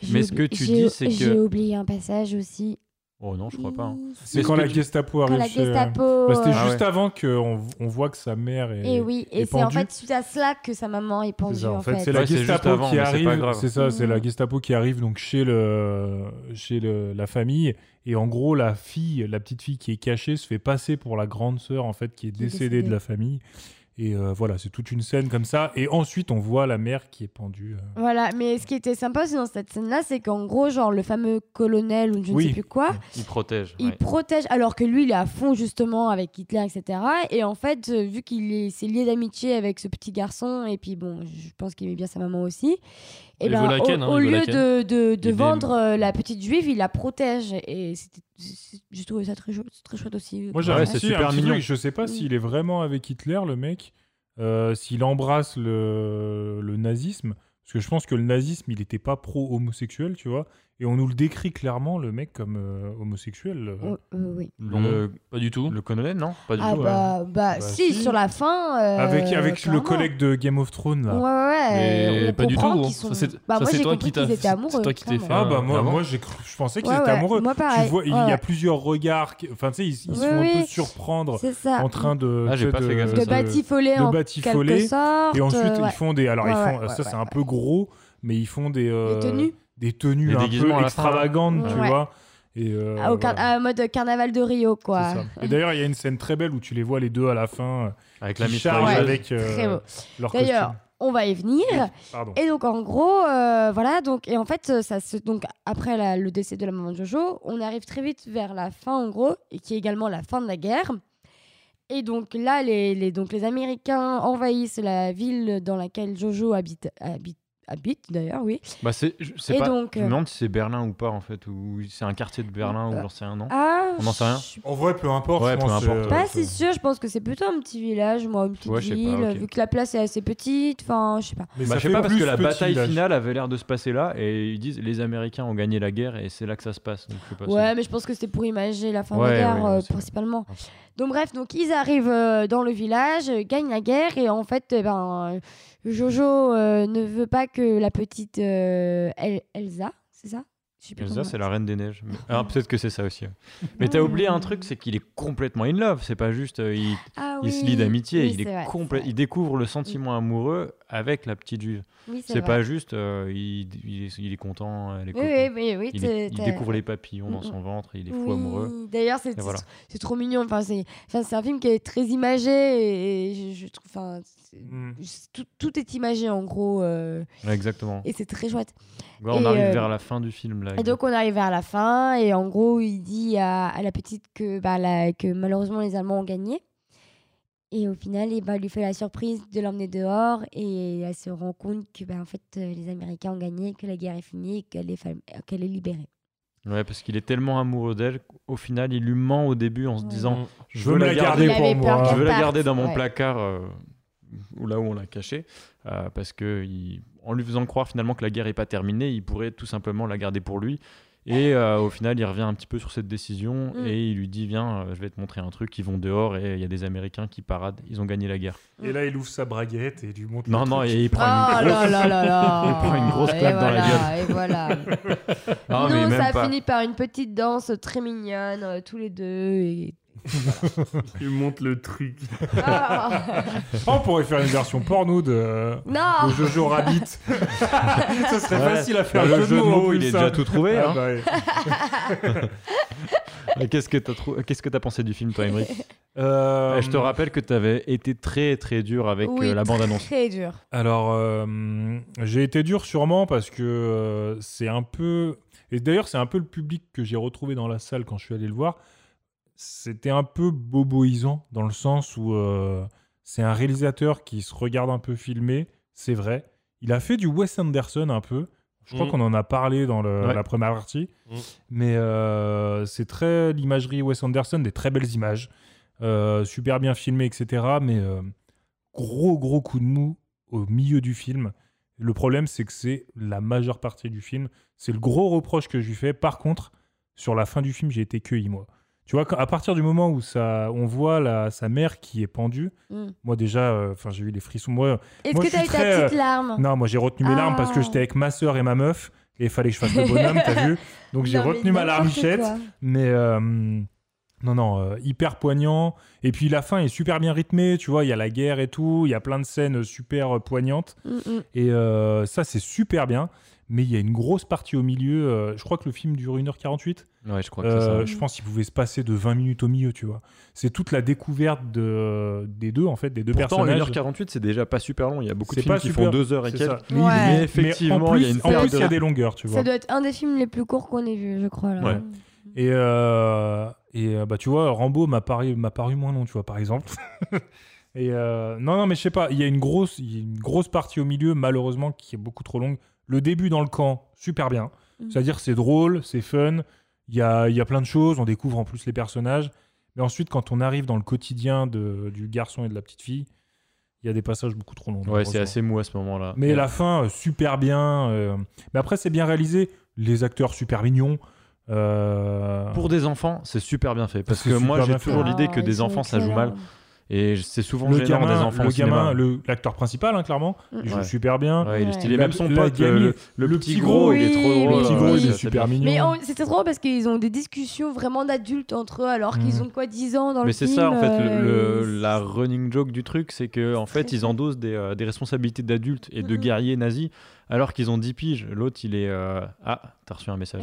I: J'ai
F: Mais ce que
I: oubli-
F: tu
I: j'ai-
F: dis, c'est que-
I: J'ai oublié un passage aussi.
F: Oh non, je crois pas. hein.
G: C'est
F: Mais
G: quand
F: ce que
G: la
F: tu-
G: Gestapo
I: Quand
G: arrive.
I: la
G: chez-
I: Gestapo,
G: Bah,
F: Ah
G: C'était
I: euh,
G: juste avant qu'on on voit que sa mère est.
I: Et Eh oui,
G: est
I: et c'est en
G: pendue.
I: fait suite à cela que sa maman est
G: C'est
I: pendue.
G: ça,
I: en fait, Mm.
G: c'est la
F: Ouais, c'est juste
G: Gestapo
F: avant,
G: qui
F: mais c'est pas
G: arrive.
F: grave.
G: C'est ça, c'est la Gestapo qui arrive donc chez le chez le- la famille et en gros la fille, la petite fille qui est cachée se fait passer pour la grande sœur en fait qui est
I: Qui est
G: décédée,
I: décédée.
G: de la famille. Et euh, voilà, c'est toute une scène comme ça. Et ensuite, on voit la mère qui est pendue. euh.
I: Voilà, mais ce qui était sympa aussi dans cette scène-là, c'est qu'en gros, genre le fameux colonel ou je
G: Oui.
I: ne sais plus quoi,
F: Il protège.
I: il
F: ouais.
I: protège, alors que lui, il est à fond justement avec Hitler, etc. Et en fait, euh, vu qu'il est- s'est lié d'amitié avec ce petit garçon, et puis bon, je pense qu'il aimait bien sa maman aussi, et
H: Il veut la
I: au,
H: ken, hein,
I: au
H: il veut la
I: lieu
H: ken.
I: de, de- de
H: Il est-
I: vendre euh, la petite juive, il la protège. Et c'était- c'est- j'ai trouvé ça très, chou- très chouette aussi.
G: Moi, j'ai
F: Ouais,
G: un
F: c'est
G: petit-
F: super
G: un petit
F: mignon.
G: truc, Je sais pas s'il est vraiment avec Hitler, le mec, euh, s'il embrasse le, le nazisme. Parce que je pense que le nazisme, il n'était pas pro-homosexuel, tu vois. Et on nous le décrit clairement, le mec, comme euh, homosexuel. euh.
I: Oh, euh, oui.
F: Le,
H: Pas du tout.
F: le colonel, non Pas du
I: Ah
F: tout.
I: bah, bah,
G: Bah,
I: si,
G: si.
I: sur la fin. euh,
G: avec avec le
I: clairement.
G: collègue de Game of Thrones, là.
I: Ouais, ouais, ouais.
H: Mais
I: on
H: pas du
I: comprend
H: tout.
I: qu'ils
H: hein.
I: sont-
H: Ça, c'est
I: Bah,
H: ça,
I: moi,
H: c'est
I: j'ai
H: toi
I: compris
H: qui t'as
I: qu'ils étaient
H: c'est-
I: amoureux,
H: c'est toi qui t'es fait.
I: clairement.
G: Ah bah
H: euh,
G: moi,
H: avant.
G: moi j'ai cru- je pensais qu'ils
I: Ouais,
G: étaient
I: ouais,
G: amoureux.
I: moi,
G: tu
I: pareil,
G: vois, il
I: ouais,
G: y a
I: ouais.
G: plusieurs regards, qui- enfin tu sais, ils, ils se
I: Ouais,
G: font un
I: ouais.
G: peu surprendre
I: C'est ça.
G: en train de
F: Ah, j'ai
G: tu sais,
F: pas fait gaffe à
I: de
F: ça.
I: batifoler
G: de
I: en
G: batifoler,
I: quelque sorte.
G: Et ensuite,
I: euh, ouais.
G: ils font des. Alors, ils
I: Ouais,
G: font.
I: ouais,
G: ça,
I: ouais,
G: c'est
I: ouais,
G: un peu gros, mais ils font des. euh,
I: Des tenues.
G: Des tenues
F: Des
G: un
F: déguisements à
G: peu
F: la fin, là.
G: extravagantes, tu
I: Ouais.
G: vois. Et, euh,
I: Ah, au car-
G: voilà,
I: ah, en mode carnaval de Rio, quoi.
G: c'est ça. Et d'ailleurs, il y a une scène très belle où tu les vois les deux à la fin.
F: Avec
G: La
F: la
G: chargent
F: mitrailleuse.
G: avec euh,
I: Très beau.
G: leur
I: D'ailleurs,
G: costume.
I: on va y venir.
G: Pardon.
I: Et donc, en gros, euh, voilà. Donc, et en fait, euh, ça se, donc, après la- le décès de la maman de Jojo, on arrive très vite vers la fin, en gros, et qui est également la fin de la guerre. Et donc là, les, les- donc, les Américains envahissent la ville dans laquelle Jojo habite. habite habite d'ailleurs oui
F: Bah, c'est, je sais
I: Et
F: pas.
I: donc,
F: je me
I: euh,
F: demande si c'est Berlin ou pas, en fait. Ou c'est un quartier de Berlin, ou
I: Euh,
F: j'en sais rien, non
I: ah
F: On n'en sait rien.
I: je suis
G: En vrai, peu importe.
F: Ouais,
G: je
F: peu
G: pense,
F: importe.
G: euh,
I: pas
G: ça-
I: Bah, si sûr je pense que c'est plutôt un petit village moi une petite
F: Ouais, je sais pas,
I: ville
F: ok.
I: vu que la place est assez petite enfin je sais pas
G: Mais
F: Bah,
G: ça
F: je sais
G: fait
F: pas, parce que
G: plus
F: la
G: petit
F: bataille
G: village.
F: finale avait l'air de se passer là, et ils disent les Américains ont gagné la guerre, et c'est là que ça se passe. Donc, je sais pas,
I: Ouais, mais je pense que c'était pour imager la fin de
F: Ouais,
I: la guerre
F: ouais,
I: euh,
F: c'est vrai.
I: principalement. Donc bref, donc ils arrivent euh, dans le village, euh, gagnent la guerre et en fait, eh ben, euh, Jojo euh, ne veut pas que la petite euh, El- Elsa, c'est ça Je sais plus
F: Elsa,
I: comment-
F: c'est la reine des neiges. Mais- Alors peut-être que c'est ça aussi. ouais. Mais t'as
I: Non.
F: oublié un truc, c'est qu'il est complètement in love. C'est pas juste, euh, il,
I: Ah
F: il se
I: oui,
F: lie d'amitié,
I: oui,
F: il,
I: c'est
F: est
I: vrai,
F: complet-
I: c'est vrai.
F: il découvre le sentiment amoureux avec la petite juive.
I: Oui,
F: C'est
I: vrai.
F: pas juste, euh, il, il est, il est content, elle est
I: Oui,
F: contente.
I: oui, oui, oui,
F: il,
I: t'es-
F: est- il
I: t'as-
F: découvre les papillons dans
I: Mm,
F: son ventre, il est fou
I: Oui,
F: amoureux.
I: D'ailleurs, c'est
F: Et voilà.
I: c'est trop mignon. Enfin, c'est enfin, c'est un film qui est très imagé et, et je, je trouve. Enfin, c'est-
G: Mm.
I: tout, tout est imagé en gros euh,
F: Ouais, exactement.
I: et c'est très chouette.
F: Ouais, on
I: et,
F: arrive
I: euh,
F: vers la fin du film là.
I: Et donc on arrive vers la fin et en gros il dit à, à la petite que, bah, la- que malheureusement les Allemands ont gagné. Et au final, il va lui fait la surprise de l'emmener dehors et elle se rend compte que bah, en fait, euh, les Américains ont gagné, que la guerre est finie et qu'elle est, fam- euh, qu'elle est libérée.
F: Ouais, parce qu'il est tellement amoureux d'elle, au final, il lui ment au début en se
I: Ouais.
F: disant,
H: Mm.
F: je veux la garder
I: Il avait
G: pour
I: peur
G: moi.
F: je
I: qu'elle
F: veux la
I: parte,
F: garder dans mon
I: ouais.
F: placard euh, ou là où on l'a cachée euh, parce que il- en lui faisant croire finalement que la guerre n'est pas terminée il pourrait tout simplement la garder pour lui et euh, au final il revient un petit peu sur cette décision
I: Mm.
F: et il lui dit viens euh, je vais te montrer un truc ils vont dehors et il y a des américains qui paradent ils ont gagné la guerre
G: Et là, il ouvre sa braguette et il lui montre. le
F: non non
G: truc.
F: et il prend
I: Ah
F: une grosse-
I: là là là là
F: Il prend une grosse
I: Et
F: claque dans la
I: voilà,
F: gueule.
I: Et voilà.
F: Ah, mais
I: non,
F: même
I: ça
F: pas.
I: finit par une petite danse très mignonne, euh, tous les deux. Et...
K: Il monte le truc.
I: Ah
G: Oh, on pourrait faire une version porno de. euh,
I: non
G: de Jojo Rabbit. ça serait
F: Ouais.
G: facile à faire.
F: Bah,
G: jeu de mots, en plus,
F: il est
G: ça.
F: déjà tout trouvé
G: Ah,
F: hein.
G: bah, ouais.
F: Et qu'est-ce que t'as trou- qu'est-ce que t'as pensé du film toi Emmerich
G: Euh,
F: Eh, je te rappelle que t'avais été très très dur avec euh,
I: Oui,
F: la bande annonce
I: Très dur.
G: Alors, euh, j'ai été dur sûrement parce que euh, c'est un peu. Et d'ailleurs, c'est un peu le public que j'ai retrouvé dans la salle quand je suis allé le voir. C'était un peu boboisant dans le sens où euh, c'est un réalisateur qui se regarde un peu filmer, c'est vrai. Il a fait du Wes Anderson un peu. Je crois
H: Mhm.
G: qu'on en a parlé dans le-
F: Ouais.
G: la première partie.
H: Mhm.
G: Mais euh, c'est très l'imagerie Wes Anderson, des très belles images, euh, super bien filmées, etc. Mais euh, gros, gros coup de mou au milieu du film. Le problème, c'est que c'est la majeure partie du film. C'est le gros reproche que je lui fais. Par contre, sur la fin du film, j'ai été cueilli, moi. Tu vois, quand- à partir du moment où ça, on voit la, sa mère qui est pendue,
I: Mm.
G: moi déjà, euh, enfin, j'ai eu les frissons. Moi,
I: Est-ce
G: moi,
I: que
G: je
I: t'as
G: suis
I: eu ta
G: très, euh,
I: petite larme
G: Non, moi j'ai retenu mes larmes parce que
I: Ah.
G: j'étais avec ma sœur et ma meuf et il fallait que je fasse le bonhomme, t'as vu Donc j'ai
I: Non, mais
G: retenu ma
I: n'importe
G: larmichette.
I: quoi.
G: Mais euh, non, non, euh, hyper poignant. Et puis la fin est super bien rythmée, tu vois, il y a la guerre et tout, il y a plein de scènes super euh, poignantes.
I: Mm-mm.
G: Et euh, ça, c'est super bien. Mais il y a une grosse partie au milieu. euh, je crois que le film dure 1h48.
F: Ouais, je crois que c'est ça.
G: Euh, Je pense qu'il pouvait se passer de 20 minutes au milieu, tu vois. C'est toute la découverte de, des deux, en fait, des deux
F: Pourtant,
G: personnages.
F: 1h48, c'est déjà pas super long. Il y a beaucoup de
G: C'est
F: films
G: pas
F: qui
G: super,
F: font 2 heures et
G: c'est
F: quelques.
G: ça. Oui, Ouais. mais-
F: Mais effectivement,
G: mais en
F: il y a
G: plus-
F: une
G: en
F: période
G: plus, il y a
F: de-
G: des longueurs, tu vois.
I: Ça doit être un des films les plus courts qu'on ait vu, je crois. Là. Ah,
G: Ouais. Et, euh, et euh, bah, tu vois, Rambo m'a paru, m'a paru moins long, tu vois, par exemple. et euh, non, non, mais je sais pas, il y, a une grosse, il y a une grosse partie au milieu, malheureusement, qui est beaucoup trop longue. Le début dans le camp, super bien.
K: Mhm.
G: C'est-à-dire, c'est drôle, c'est fun, il y a, il y a plein de choses, on découvre en plus les personnages. Mais ensuite, quand on arrive dans le quotidien de- du garçon et de la petite fille, il y a des passages beaucoup trop longs.
F: Ouais, c'est
G: malheureusement.
F: assez mou à ce moment-là.
G: Mais
F: Et-
G: la fin, euh, super bien. euh, Mais après, c'est bien réalisé. Les acteurs, super mignons. euh,
F: Pour des enfants, c'est super bien fait. Parce
G: C'est
F: que
G: super
F: moi, j'ai
G: bien fait,
F: toujours
G: ouais.
F: l'idée que
G: Ah, ils
F: des
G: sont
F: enfants, ça joue
G: excellents.
F: mal. Et c'est souvent
G: le
F: gênant
G: gamin,
F: des enfants au
G: le
F: cinéma.
G: gamin, le- l'acteur principal, hein, clairement,
F: Mm.
G: il joue
F: Ouais.
G: super bien.
F: Ouais, il est stylé.
G: La-
F: Même son
G: la
F: pote, euh,
G: gamine-
F: le- le petit gros, il est trop
G: oui,
F: drôle,
G: Le petit
F: ouais,
G: gros, il
F: c'est-
G: est
F: c'est
G: super
F: bien.
G: mignon.
I: Mais on- c'était drôle parce qu'ils ont des discussions vraiment d'adultes entre eux alors qu'ils
F: Mhm.
I: ont quoi 10 ans dans le
F: Mais c'est
I: film.
F: ça, en fait, le-
I: euh,
F: le- la running joke du truc, c'est que en fait, ils endossent des, euh, des responsabilités d'adultes et
G: Mm-hmm.
F: de guerriers nazis, alors qu'ils ont 10 piges. L'autre, il est. euh, Ah, t'as reçu un message.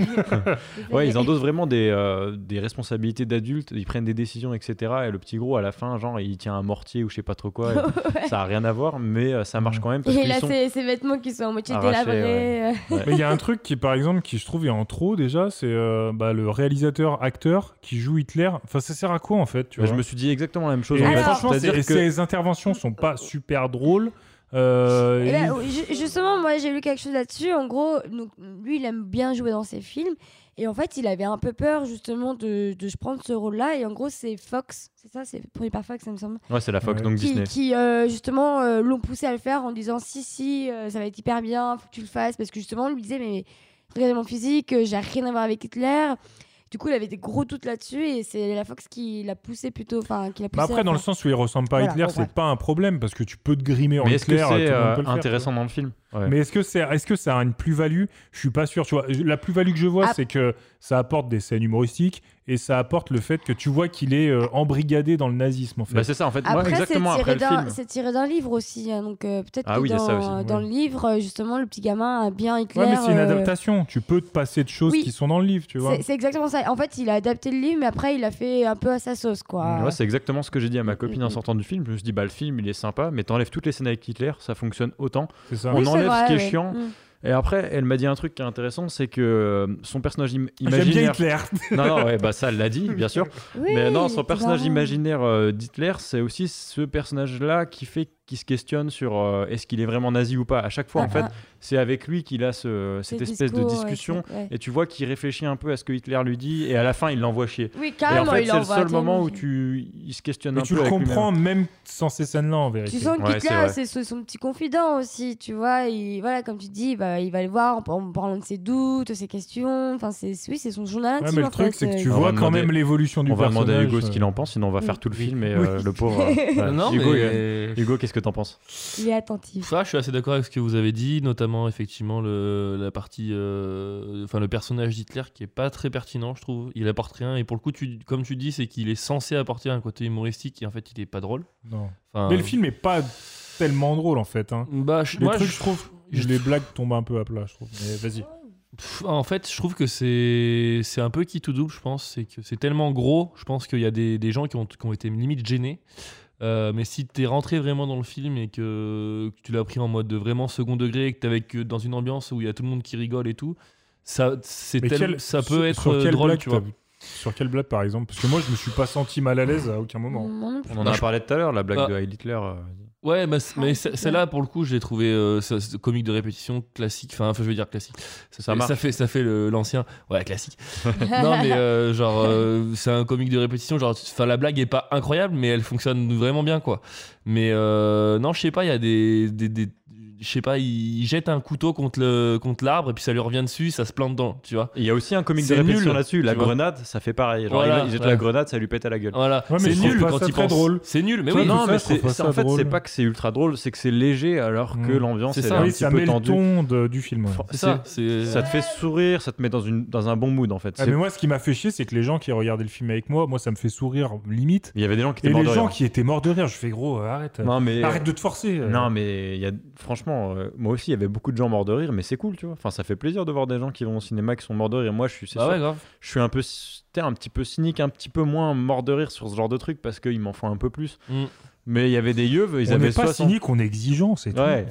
F: ouais, ils endossent vraiment des, euh, des responsabilités d'adultes, ils prennent des décisions, etc. Et le petit gros, à la fin, genre, il tient un mortier ou je sais pas trop quoi. et
I: Ouais.
F: Ça a rien à voir, mais euh, ça marche quand même.
I: Et
F: Parce qu'ils
I: là,
F: sont...
I: ces, ces vêtements qui sont en moitié
F: Arrachés,
I: délabrés. euh.
G: Mais il y a un truc qui, par exemple, qui je trouve est en trop déjà, c'est euh, bah, le réalisateur-acteur qui joue Hitler. Enfin, ça sert à quoi en fait tu
F: Bah,
G: vois
F: je me suis dit exactement la même chose.
G: Et
F: en fait.
G: franchement,
F: C'est-à-dire
G: c'est-
F: que-
G: ces interventions sont pas super drôles. euh,
I: Et là,
G: et-
I: ju- justement, moi j'ai lu quelque chose là-dessus. En gros, donc, lui il aime bien jouer dans ses films. Et en fait, il avait un peu peur justement de, de se prendre ce rôle-là. Et en gros, c'est Fox, c'est ça, c'est produit par Fox, ça me semble.
F: Ouais, c'est la Fox, donc
I: qui,
F: Disney.
I: Qui euh, justement euh, l'ont poussé à le faire en disant si, si, euh, ça va être hyper bien, faut que tu le fasses. Parce que justement, on lui disait, mais regardez mon physique, euh, j'ai rien à voir avec Hitler. Du coup, il avait des gros doutes là-dessus et c'est la Fox qui l'a poussé plutôt. Enfin, qui l'a
G: Bah
I: poussé
G: après,
I: à
G: dans le
I: faire.
G: sens où il ressemble pas à
I: Voilà,
G: Hitler,
I: bon,
G: c'est
I: bref.
G: pas un problème parce que tu peux te grimer en
F: Mais
G: Hitler.
F: est-ce que
G: tout le
F: c'est
G: monde
F: euh,
G: peut le faire,
F: intéressant dans le film Ouais.
G: Mais est-ce que c'est est-ce que ça a une plus-value Je suis pas sûr, tu vois. Je- La plus-value que je
I: Ah.
G: vois, c'est que ça apporte des scènes humoristiques et ça apporte le fait que tu vois qu'il est euh, embrigadé dans le nazisme en fait.
F: Bah, c'est ça, en fait. Moi,
I: Après, c'est
F: exactement
I: tiré
F: après le
I: d'un-
F: film.
I: C'est tiré d'un livre aussi, hein, donc euh, peut-être
G: Ah
I: que
G: oui, il y a
I: dans,
G: ça aussi,
I: dans
G: oui.
I: le livre, euh, justement, le petit gamin a bien Hitler.
G: Ouais, mais c'est une
I: euh,
G: adaptation. Tu peux te passer de choses
I: oui.
G: qui sont dans le livre, tu vois.
I: c'est- C'est exactement ça. En fait, il a adapté le livre, mais après, il a fait un peu à sa sauce, quoi.
F: Ouais, c'est exactement ce que j'ai dit à
I: Mm,
F: ma copine en sortant du film. Je me suis dit, bah, le film, il est sympa, mais t'enlèves toutes les scènes avec Hitler, ça fonctionne autant.
G: ça.
F: On
G: Oui, c'est
F: enlève
G: vrai,
F: ce qui est
G: ouais.
F: chiant.
G: Mm.
F: Et après, elle m'a dit un truc qui est intéressant, c'est que euh, son personnage im-
G: J'aime bien
F: imaginaire.
G: Hitler.
F: non, non, ouais, bah ça, elle l'a dit, bien sûr.
G: Oui,
F: mais non,
G: il
F: son
G: était
F: personnage
G: marrant.
F: imaginaire euh, d'Hitler, c'est aussi ce personnage-là qui fait, qui se questionne sur euh, est-ce qu'il est vraiment nazi ou pas. À chaque fois, en
K: Ah,
F: fait,
K: ah.
F: c'est avec lui qu'il a ce- cette
K: Ces
F: espèce de
K: discours, ouais,
F: discussion,
K: c'est- ouais.
F: et tu vois qu'il réfléchit un peu à ce que Hitler lui dit, et à la fin, il l'envoie chier.
I: Oui,
F: et en
I: carrément,
F: fait,
I: Ah, il
F: c'est le
I: l'envoie
F: seul
I: tellement
F: moment où
I: chier.
F: tu, il se questionne
G: Mais
F: un
G: tu
F: peu.
G: le
F: avec lui-même.
G: comprends même sans ces scènes-là en vérité.
I: Tu sens que
F: Ouais, c'est
I: Hitler,
F: vrai.
I: c'est ce- son petit confident aussi, tu vois. Il, voilà, comme tu dis, bah, il va le voir en, en parlant de ses doutes, ses questions. Enfin, c'est oui, c'est son journal
G: Ouais,
I: intime.
G: mais le
I: en
G: truc,
I: fait,
G: c'est que
I: euh,
G: tu
F: On va
G: vois quand
F: demander-
G: même l'évolution du
F: On va demander à
G: personnage,
F: Hugo ce qu'il en
G: euh.
F: pense, sinon on va faire tout le film. Et euh,
I: Oui.
F: le pauvre. euh, ouais.
H: Bah Non,
F: Hugo,
H: mais-
F: euh, Hugo, qu'est-ce que t'en penses
I: Il est attentif.
H: Ça, je suis assez d'accord avec ce que vous avez dit, notamment effectivement le, la partie, euh, enfin le personnage d'Hitler qui est pas très pertinent, je trouve. Il apporte rien et pour le coup, tu, comme tu dis, c'est qu'il est censé apporter un côté humoristique et en fait, il est pas drôle.
G: euh, Non.
F: Ah.
H: Enfin,
G: Mais le film est pas tellement drôle en fait. Hein.
H: Bah, je-
G: les
H: moi,
G: trucs,
H: je-
G: je trouve,
H: je-
G: les blagues tombent un peu à plat, je trouve. Mais vas-y.
H: Pff, En fait, je trouve que c'est c'est un peu qui tout double, je pense. C'est que c'est tellement gros, je pense qu'il y a des, des gens qui ont, qui ont été limite gênés. Euh, mais si t'es rentré vraiment dans le film et que, que tu l'as pris en mode de vraiment second degré, que t'es avec que dans une ambiance où il y a tout le monde qui rigole et tout, ça c'est
G: Mais
H: tel-
G: quel-
H: ça
G: sur-
H: peut être
G: sur
H: euh,
G: quelle
H: drôle,
G: blague
H: tu vois.
G: t'as- Sur quelle blague par exemple Parce que moi je me suis pas senti mal à l'aise à aucun moment.
H: Bah,
F: On en a parlé tout à l'heure, la blague
H: Ah.
F: de Heil Hitler. euh,
H: Ouais, mais, c- mais c- celle-là, pour le coup, je l'ai trouvé euh, ça- c'est comique de répétition, classique. Enfin, enfin, je veux dire classique. Ça, fait-
F: marche.
H: Ça fait, ça fait le- l'ancien. Ouais, classique. non, mais euh, genre, euh, c'est un comique de répétition. Genre, enfin, la blague est pas incroyable, mais elle fonctionne vraiment bien, quoi. Mais euh, non, je sais pas, il y a des. des- des- je sais pas, il il jette un couteau contre le contre l'arbre et puis ça lui revient dessus, ça se plante dedans, tu vois.
F: Il y a aussi un comique de
H: C'est
F: répétition
H: nul,
F: là-dessus. La
H: tu vois.
F: grenade, ça fait pareil. Genre,
H: Voilà,
F: il- il jette
H: ouais.
F: la grenade, ça lui pète à la gueule.
H: Voilà. Ouais, mais C'est je trouve nul pas quand ça il très pense. drôle. C'est nul, mais
F: Toi,
H: oui.
F: Non,
H: tout ça,
F: mais
H: je trouve
F: c'est-
H: pas
F: c'est-
H: ça
F: en fait,
H: drôle.
F: c'est pas que c'est ultra drôle, c'est que c'est léger alors que
G: Mm.
F: l'ambiance
G: C'est
F: elle est
G: ça.
F: un
G: Oui,
F: petit
G: ça
F: peu
G: met le
F: tendue.
G: ton de- du film, ouais.
F: Fr-
G: C'est
F: c'est-
G: ça, c'est-
F: Ça te fait sourire, ça te met dans une dans un bon mood en fait.
G: Ah,
F: C'est-
G: mais moi, ce qui m'a fait chier, c'est que les gens qui regardaient le film avec moi, moi, ça me fait sourire limite.
F: Il y avait des gens qui étaient
G: Et
F: morts
G: les
F: de
G: gens
F: rire.
G: qui étaient morts de rire, je fais gros, euh, arrête.
F: Non, mais,
G: Arrête de te forcer. euh.
F: Non, mais il y a, franchement, euh, moi aussi, il y avait beaucoup de gens morts de rire, mais c'est cool, tu vois. Enfin, ça fait plaisir de voir des gens qui vont au cinéma qui sont morts de rire. Moi, je suis, c'est
H: Bah
F: sûr,
H: ouais, grave.
F: je suis un peu, c- t'es un petit peu cynique, un petit peu moins mort de rire sur ce genre de truc parce qu'il m'en faut un peu plus.
H: Mm.
F: Mais il y avait des yeux, ils
G: On
F: avaient
G: n'est pas
F: 60.
G: cynique, on est exigeant, c'est tout.
F: Ouais,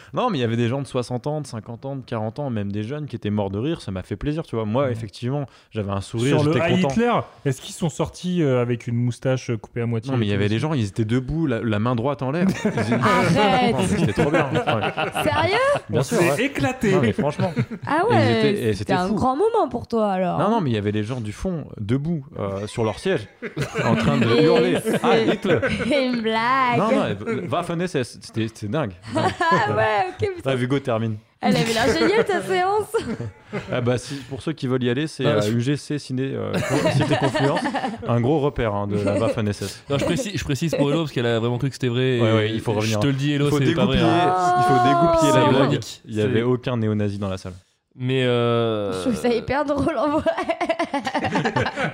F: ouais. non, mais il y avait des gens de 60 ans, de 50 ans, de 40 ans, même des jeunes qui étaient morts de rire. Ça m'a fait plaisir, tu vois. Moi, effectivement, j'avais un sourire,
G: Sur le
F: j'étais
G: Heil
F: content.
G: Hitler, est-ce qu'ils sont sortis euh, avec une moustache euh, coupée à moitié
F: Non, mais il y avait des gens, ils étaient debout, la, la main droite en l'air. Ils- Non, mais C'était trop bien. Ouais.
I: Sérieux
F: Bien
G: On
F: sûr,
G: s'est
F: ouais.
G: éclaté.
F: Non, mais franchement.
I: Ah
F: Et ils
I: ouais,
F: étaient- et
I: c'était
F: c'était
I: un
F: fou.
I: grand moment pour toi alors.
F: Non, non, mais il y avait les gens du fond, debout, euh, sur leur siège, en train de
I: Et
F: hurler.
I: c'est-
F: Ah, Hitler
I: C'est une blague.
F: Non, non, euh, Waffen SS, c'était c'était dingue.
I: ah ouais, ok. putain.
F: Ah, Hugo termine.
I: Elle avait l'air géniale
F: Euh,
I: ta séance.
F: Ah bah, si- pour ceux qui veulent y aller, c'est
H: Ah,
F: euh,
H: je-
F: UGC Ciné euh, Cité Confluence, un gros repère hein, de la Waffen SS.
H: Non, je, précise, je précise pour Hello parce qu'elle a vraiment cru que c'était vrai. et
F: Ouais, ouais, il faut revenir.
H: Je te le dis,
F: il
H: Hello,
F: faut
H: c'est pas vrai. hein. Ah.
F: dégoupiller- Il faut dégoupiller
H: C'est
F: la blague.
H: ironique.
F: Il n'y avait
H: C'est-
F: aucun néo-nazi dans la salle.
H: Mais. euh,
I: Je trouve ça hyper drôle en vrai.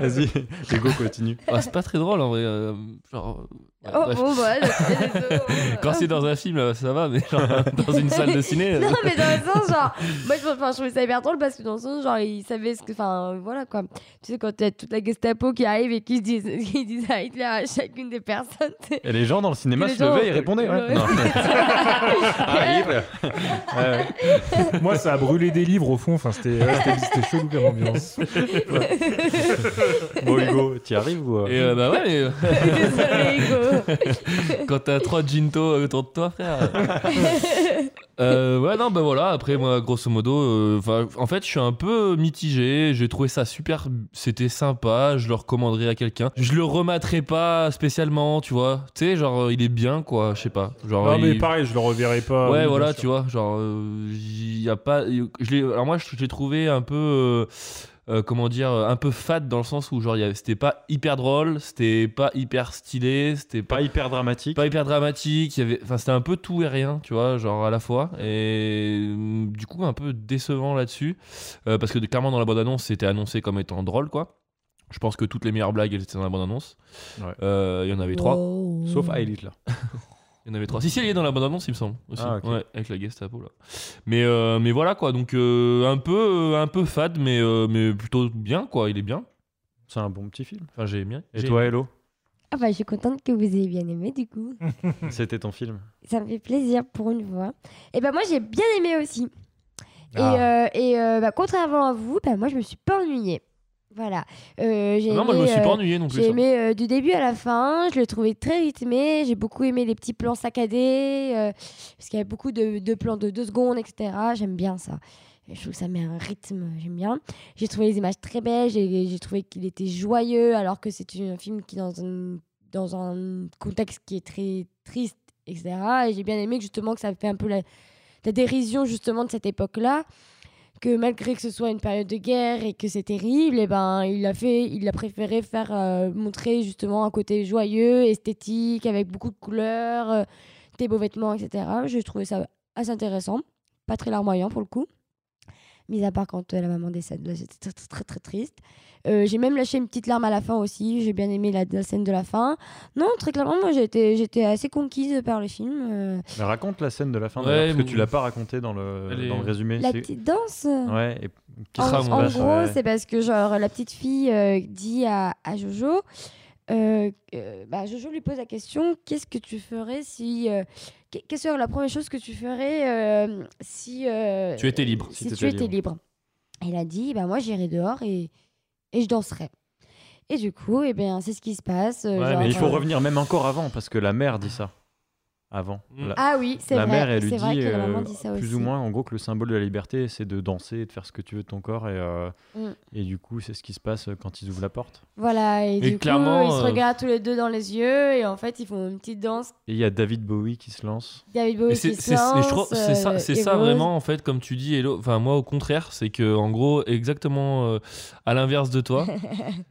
F: Vas-y, Hugo continue.
H: Ah, c'est pas très drôle en vrai. euh, genre, ouais,
I: Oh,
H: bref.
I: bon, bah,
H: Quand c'est dans un film, euh, ça va, mais genre, dans une salle de ciné. euh,
I: non, mais dans le sens, genre, moi je, enfin, je trouvais ça hyper drôle parce que dans le sens, genre, ils savaient ce que. Enfin, euh, voilà quoi. Tu sais, quand t'as toute la Gestapo qui arrive et qui se disent, qui disent à Hitler à chacune des personnes. t'es-
F: Et les gens dans le cinéma
I: Les
F: se
I: gens-
F: levaient et répondaient. ouais.
I: Ouais.
F: Non. Euh, Ah, Hitler. Ouais, ouais.
G: Moi, ça a brûlé des livres au fond. Enfin, c'était ouais, c'était- c'était chelou comme ambiance.
F: Bon, Hugo, t'y arrives ou. euh
H: Et euh, bah ouais, mais.
I: Désolé,
H: euh, Quand t'as trois Jinto autour de toi, frère. Euh, ouais, non, bah voilà. Après, moi, grosso modo, euh, 'fin, en fait, je suis un peu mitigé. J'ai trouvé ça super. C'était sympa. Je le recommanderais à quelqu'un. Je le rematerai pas spécialement, tu vois. Tu sais, genre, euh, il est bien, quoi. Je sais pas. Genre,
G: Non, mais
H: il-
G: pareil, je le reverrai pas.
H: ouais,
G: Oui,
H: voilà,
G: bien sûr.
H: tu vois, genre, il y a pas. Je l'ai- alors moi, je je l'ai trouvé un peu. euh, euh, comment dire, un peu fat dans le sens où genre il y avait- c'était pas hyper drôle, c'était pas hyper stylé, c'était pas,
F: Pas hyper dramatique.
H: pas hyper dramatique, il y avait, enfin c'était un peu tout et rien, tu vois, genre à la fois et euh, du coup un peu décevant là-dessus Euh, parce que clairement dans la bande annonce c'était annoncé comme étant drôle quoi. Je pense que toutes les meilleures blagues elles étaient dans la bande annonce. Euh, Il
F: Ouais.
H: y en avait trois.
I: Oh.
F: Sauf à Elite là.
H: Il y en avait trois. Si, si, elle est dans la bande-annonce, il me semble. Aussi.
F: Ah, ok.
H: Ouais, avec la Gestapo, là. Mais, euh, mais voilà, quoi. Donc, euh, un, peu, euh, un peu fade, mais, euh, mais plutôt bien, quoi. Il est bien.
F: C'est un bon petit film.
H: Enfin, j'ai bien.
F: Et toi, Hello
I: Ah bah, je suis contente que vous ayez bien aimé du coup.
H: Hmm.
F: C'était ton film.
I: Ça me fait plaisir pour une fois. Et bah, moi j'ai bien aimé aussi.
F: Ah.
I: Et, euh, et euh, bah, contrairement à vous, bah, moi je me suis pas ennuyée. Voilà. Euh, j'ai
H: Non, moi, je me
I: aimé,
H: suis pas
I: euh,
H: ennuyé non plus,
I: J'ai
H: ça.
I: aimé euh, du début à la fin. Je l'ai trouvé très rythmé. J'ai beaucoup aimé les petits plans saccadés. euh, parce qu'il y a beaucoup de, de plans de deux secondes, etc. J'aime bien ça. Et Je trouve que ça met un rythme, euh, j'aime bien. J'ai trouvé les images très belles, j'ai j'ai trouvé qu'il était joyeux, alors que c'est un film qui est dans un, dans un contexte qui est très triste, etc. Et j'ai bien aimé que justement que ça fait un peu la, la dérision justement de cette époque-là, que malgré que ce soit une période de guerre et que c'est terrible, et ben il a fait, il a préféré faire euh, montrer justement un côté joyeux, esthétique, avec beaucoup de couleurs, euh, des beaux vêtements, etc. J'ai trouvé ça assez intéressant, pas très larmoyant pour le coup. Mis à part quand euh, la maman décède, là j'étais très très très, très triste. Euh, j'ai même lâché une petite larme à la fin aussi, j'ai bien aimé la, la scène de la fin. Non, très clairement, moi j'étais j'étais assez conquise par le film. euh,
F: Mais raconte la scène de la fin,
H: Ouais,
F: d'ailleurs, parce que
H: mais-
F: tu l'as pas raconté dans le,
H: Elle est-
F: dans le résumé.
I: la
F: c'est-
I: petite danse euh.
F: Ouais, et
I: Mm. En,
F: qu'est-ce que ça
I: en
F: passe,
I: gros,
F: ouais.
I: c'est parce que genre la petite fille euh, dit à, à Jojo, euh, que- bah, Jojo lui pose la question, qu'est-ce que tu ferais si, euh, qu- quelle serait la première chose que tu ferais euh, si euh,
H: Tu étais libre,
I: Si, tu étais libre. Il a dit, bah moi j'irai dehors et, et je danserai. Et du coup, eh bien c'est ce qui se passe. euh,
F: Ouais,
I: genre,
F: mais il faut
I: euh,
F: revenir même encore avant, parce que la mère dit ça. avant.
I: Mm.
F: La-
I: Ah oui, c'est
F: La
I: vrai,
F: mère, elle lui
I: c'est vrai
F: dit,
I: que la maman
F: euh,
I: dit ça
F: plus
I: aussi.
F: ou moins, en gros, que le symbole de la liberté, c'est de danser, et de faire ce que tu veux de ton corps. Et, euh,
I: Mm.
F: et du coup, c'est ce qui se passe euh, quand ils ouvrent la porte.
I: Voilà, et,
F: Et
I: du coup,
F: clairement,
I: ils se
F: euh,
I: regardent tous les deux dans les yeux et en fait, ils font une petite danse.
F: Et il y a David Bowie qui se lance.
I: David
H: Et
I: Bowie
H: c'est
I: qui
H: c'est-
I: se
H: et
I: lance.
H: je trouve- c'est ça,
I: euh,
H: c'est
I: et
H: ça
I: Rose.
H: vraiment en fait comme tu dis Hello. Enfin moi au contraire c'est que en gros exactement euh, à l'inverse de toi.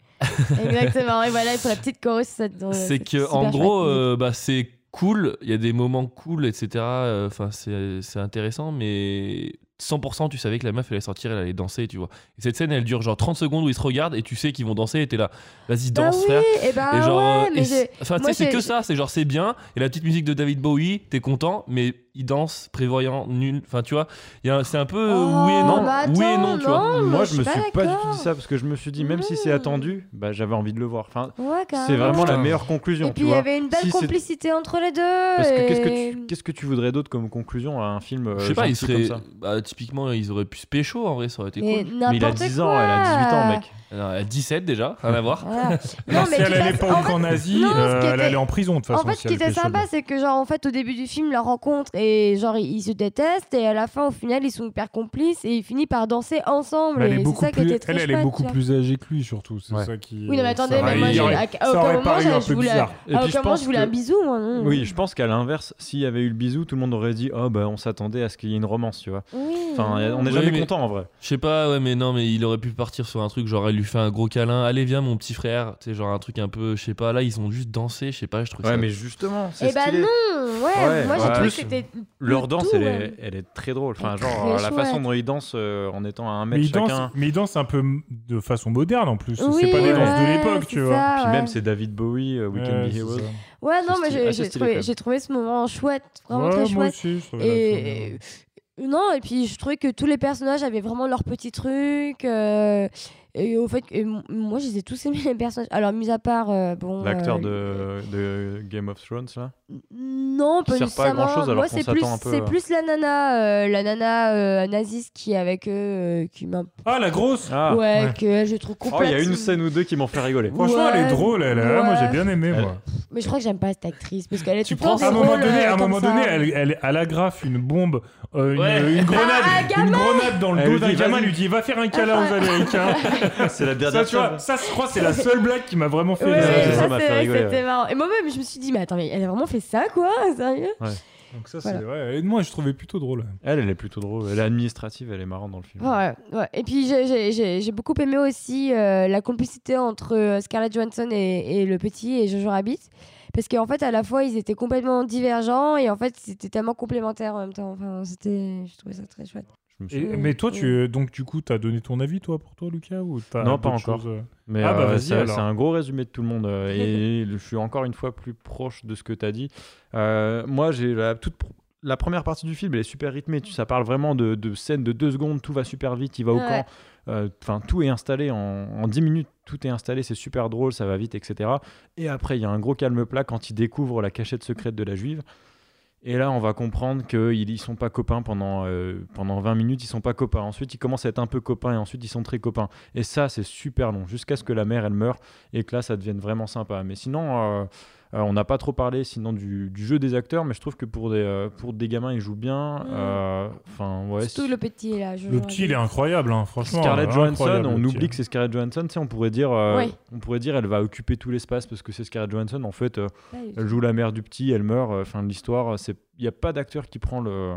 I: Exactement, et voilà, ils font la petite chorus. ça, dans-
H: c'est que
I: super
H: en gros
I: chouette.
H: euh, bah c'est cool. Il y a des moments cool etc. euh, Enfin c'est- c'est intéressant mais 100% tu savais que la meuf elle allait sortir elle allait danser tu vois. Et cette scène elle dure genre 30 secondes où ils se regardent et tu sais qu'ils vont danser et t'es là vas-y
I: Bah
H: danse
I: oui,
H: frère.
I: et bah
H: genre
I: ouais,
H: euh,
I: mais
H: et
I: j'ai-
H: c'est- enfin tu
I: moi,
H: sais c'est
I: j'ai-
H: que ça c'est genre c'est bien et la petite musique de David Bowie t'es content mais il danse prévoyant nul enfin tu vois il y a un- c'est un peu euh, oui et non
I: bah
H: oui et
I: attends,
H: non tu vois
I: non,
F: Moi, je me suis pas du tout dit ça parce que je me suis dit, même si
I: Mm.
F: c'est attendu, bah, j'avais envie de le voir. Enfin,
I: Ouais, carrément.
F: c'est vraiment la
I: Putain.
F: meilleure conclusion.
I: Et puis
F: tu
I: il y
F: vois.
I: avait euh, une belle
F: Si c'est-
I: complicité entre les deux.
F: Parce que qu'est-ce que
I: et-
F: tu- qu'est-ce que tu voudrais d'autre comme conclusion à un film euh,
H: je sais pas, ils
F: gentil comme
H: seraient.
F: ça
H: Bah, typiquement, ils auraient pu se pécho en vrai, ça aurait été
I: Mais
H: cool.
I: n'importe Mais il a 10 ans, elle a 18 ans, quoi. mec.
H: Non, elle a 17 déjà, rien à voir.
I: Voilà.
G: Non, si
I: Ah, mais
G: elle
I: tu
G: allait
I: passes-
G: pas
I: en
G: en, en
I: fait-
G: Asie,
I: non, ce
G: euh,
I: qui
G: elle
I: était-
G: allait en prison de toute façon.
I: En fait,
G: si
I: ce
G: elle
I: qui était
G: pêchait le-
I: sympa, c'est que, genre, en fait, au début du film, leur rencontre et, genre, ils ils se détestent et à la fin, au final, ils sont hyper complices et ils finissent par danser ensemble.
G: Mais elle
I: et
G: est
I: c'est
G: beaucoup
I: ça qui
G: plus,
I: était très
G: elle, elle est
I: chouette,
G: beaucoup
I: tu vois.
G: plus âgée que lui surtout. C'est ça qui.
I: Oui, non, mais attendez,
G: ça
I: mais
G: aurait-
I: moi, j'ai-
G: il aurait-
I: à- à
G: ça
I: aucun
G: aurait
I: moment,
G: paru un
I: je
G: peu
I: voulais-
G: bizarre.
F: Et
I: Ah,
F: puis,
I: aucun
F: je
I: moment,
F: pense
I: je voulais un
F: que-
I: bisou, moi, non.
F: Oui, je pense qu'à l'inverse, s'il y avait eu le bisou, tout le monde aurait dit Oh, bah, on s'attendait à ce qu'il y ait une romance, tu vois.
I: Oui.
F: Enfin, on n'est
H: Oui,
F: jamais
H: mais-
F: content en vrai.
H: Je sais pas, ouais, mais non, mais il aurait pu partir sur un truc, genre, elle lui fait un gros câlin, allez, viens, mon petit frère. Tu sais, genre, un truc un peu, je sais pas, là, ils ont juste dansé, je sais pas, je trouve
F: Ouais,
H: ça.
F: mais justement,
I: Eh ben non, ouais, moi, j'ai
F: en
I: trouvé que
F: plus,
I: c'était.
F: Leur danse,
I: tout,
F: elle,
I: ouais.
F: est, elle est très drôle. Enfin,
I: Elle est
F: genre,
I: très
F: la façon
I: chouette.
F: dont ils dansent euh, en étant à un
G: Mais
F: mètre
G: il, danse,
F: chacun.
G: mais il danse un peu m- de façon moderne en plus.
I: Oui,
G: c'est pas des danses de
I: ouais,
G: l'époque, tu
I: c'est
G: vois.
I: ça,
F: Puis
I: Ah ouais.
F: même, c'est David Bowie, euh, We Can
G: Ouais,
F: Be
G: c'est
F: Heroes.
G: ça.
I: Ouais, non,
F: C'est
I: mais
F: stylé-
I: j'ai-
F: assez
I: j'ai
F: stylé, quand
I: trouvé,
F: même.
I: j'ai trouvé ce moment chouette, vraiment
G: Ouais,
I: très
G: moi
I: chouette.
G: aussi, je trouvais la
I: et
F: hein.
I: non, et puis je trouvais que tous les personnages avaient vraiment leur petit truc. euh, et au fait, et m- moi, je les ai tous aimés, les personnages. Alors, mis à part, euh, bon.
F: L'acteur
I: euh,
F: de, de Game of Thrones, là.
I: Non,
F: qui sert
I: pas
F: pas à
I: nécessairement.
F: grand-chose, alors
I: Moi,
F: qu'on
I: c'est
F: s'attend
I: plus,
F: un peu,
I: c'est
F: euh.
I: plus la nana, euh, la nana euh, nazis qui est avec eux, euh, qui m'a.
G: Ah, la grosse
F: Ah,
I: ouais, que je trouve
F: Oh, il y
I: complètement.
F: a une scène ou deux qui m'ont fait rigoler.
G: Franchement, elle est
I: Ouais,
G: drôle, elle. hein, Moi, j'ai bien aimé,
F: Elle-
G: moi.
I: Mais je crois que j'aime pas cette actrice parce qu'elle est tout le temps
G: À un
I: des
G: moment
I: rôles,
G: donné,
I: euh,
G: à un
I: comme
G: moment
I: ça.
G: donné elle, elle, elle agrafe une bombe, euh, une,
H: Ouais.
G: une grenade,
I: Ah, un
G: une
I: gamin
G: grenade dans le
F: Elle
G: dos
F: lui
G: d'un
F: dit,
G: gamin.
F: vas-y.
G: Elle lui dit va faire un câlin aux Américains.
F: C'est la
G: ça,
F: dernière
G: tu vois,
F: fois.
G: ça, je crois, c'est la seule blague qui m'a vraiment fait.
I: Ouais,
F: Ouais,
I: ça,
F: ça
I: c'est
F: m'a fait
I: vrai,
F: rigoler,
I: c'était
F: ouais.
I: marrant. Et moi-même, je me suis dit, mais attends, mais elle a vraiment fait ça, quoi Sérieux
G: Donc ça,
I: Voilà.
G: c'est ouais. Et moi, je trouvais plutôt drôle.
F: Elle, elle est plutôt drôle. Elle est administrative, elle est marrante dans le film.
I: Ouais, ouais. Et puis j'ai- j'ai j'ai- j'ai beaucoup aimé aussi euh, la complicité entre euh, Scarlett Johansson et, et le petit et Jojo Rabbit. Parce qu'en fait, à la fois, ils étaient complètement divergents et en fait, c'était tellement complémentaires en même temps. Enfin, c'était. Je trouvais ça très chouette.
F: Je me
G: Et-
F: souviens.
G: mais toi, tu, donc du coup, t'as donné ton avis, toi, pour toi, Lucas ou t'as
F: Non, pas
G: d'autres
F: encore.
G: choses, euh
F: Mais
G: ah, bah,
F: euh,
G: vas-y,
F: c'est
G: alors.
F: c'est un gros résumé de tout le monde. euh, et je suis encore une fois plus proche de ce que tu as dit. Euh, moi, j'ai la toute. pr- La première partie du film, elle est super rythmée. Tu, ça parle vraiment de, de scènes de deux secondes. Tout va super vite. Il va au
I: Ouais.
F: camp. Euh, Enfin, tout est installé en, en 10 minutes. Tout est installé. C'est super drôle. Ça va vite, etc. Et après, il y a un gros calme plat quand il découvre la cachette secrète de la juive. Et là, on va comprendre qu'ils ils sont pas copains pendant, euh, pendant 20 minutes, ils sont pas copains. Ensuite, ils commencent à être un peu copains et ensuite, ils sont très copains. Et ça, c'est super long, jusqu'à ce que la mère, elle meure et que là, ça devienne vraiment sympa. Mais sinon, euh, euh, on n'a pas trop parlé sinon du, du jeu des acteurs, mais je trouve que pour des, euh, pour des gamins, ils jouent bien.
I: Mm.
F: Euh, Enfin, ouais.
I: Surtout le petit là. Jojo
G: Le petit, il est
I: Rabbit.
G: incroyable, hein, franchement.
F: Scarlett Johansson,
G: incroyable,
F: on
G: le petit.
F: oublie que c'est Scarlett Johansson, tu sais, on pourrait dire, euh,
I: Ouais.
F: on pourrait dire, elle va occuper tout l'espace parce que c'est Scarlett Johansson. En fait, euh,
I: Pas du tout.
F: elle joue la mère du petit, elle meurt, euh, fin de l'histoire. euh, c'est- Il n'y a pas d'acteur qui prend le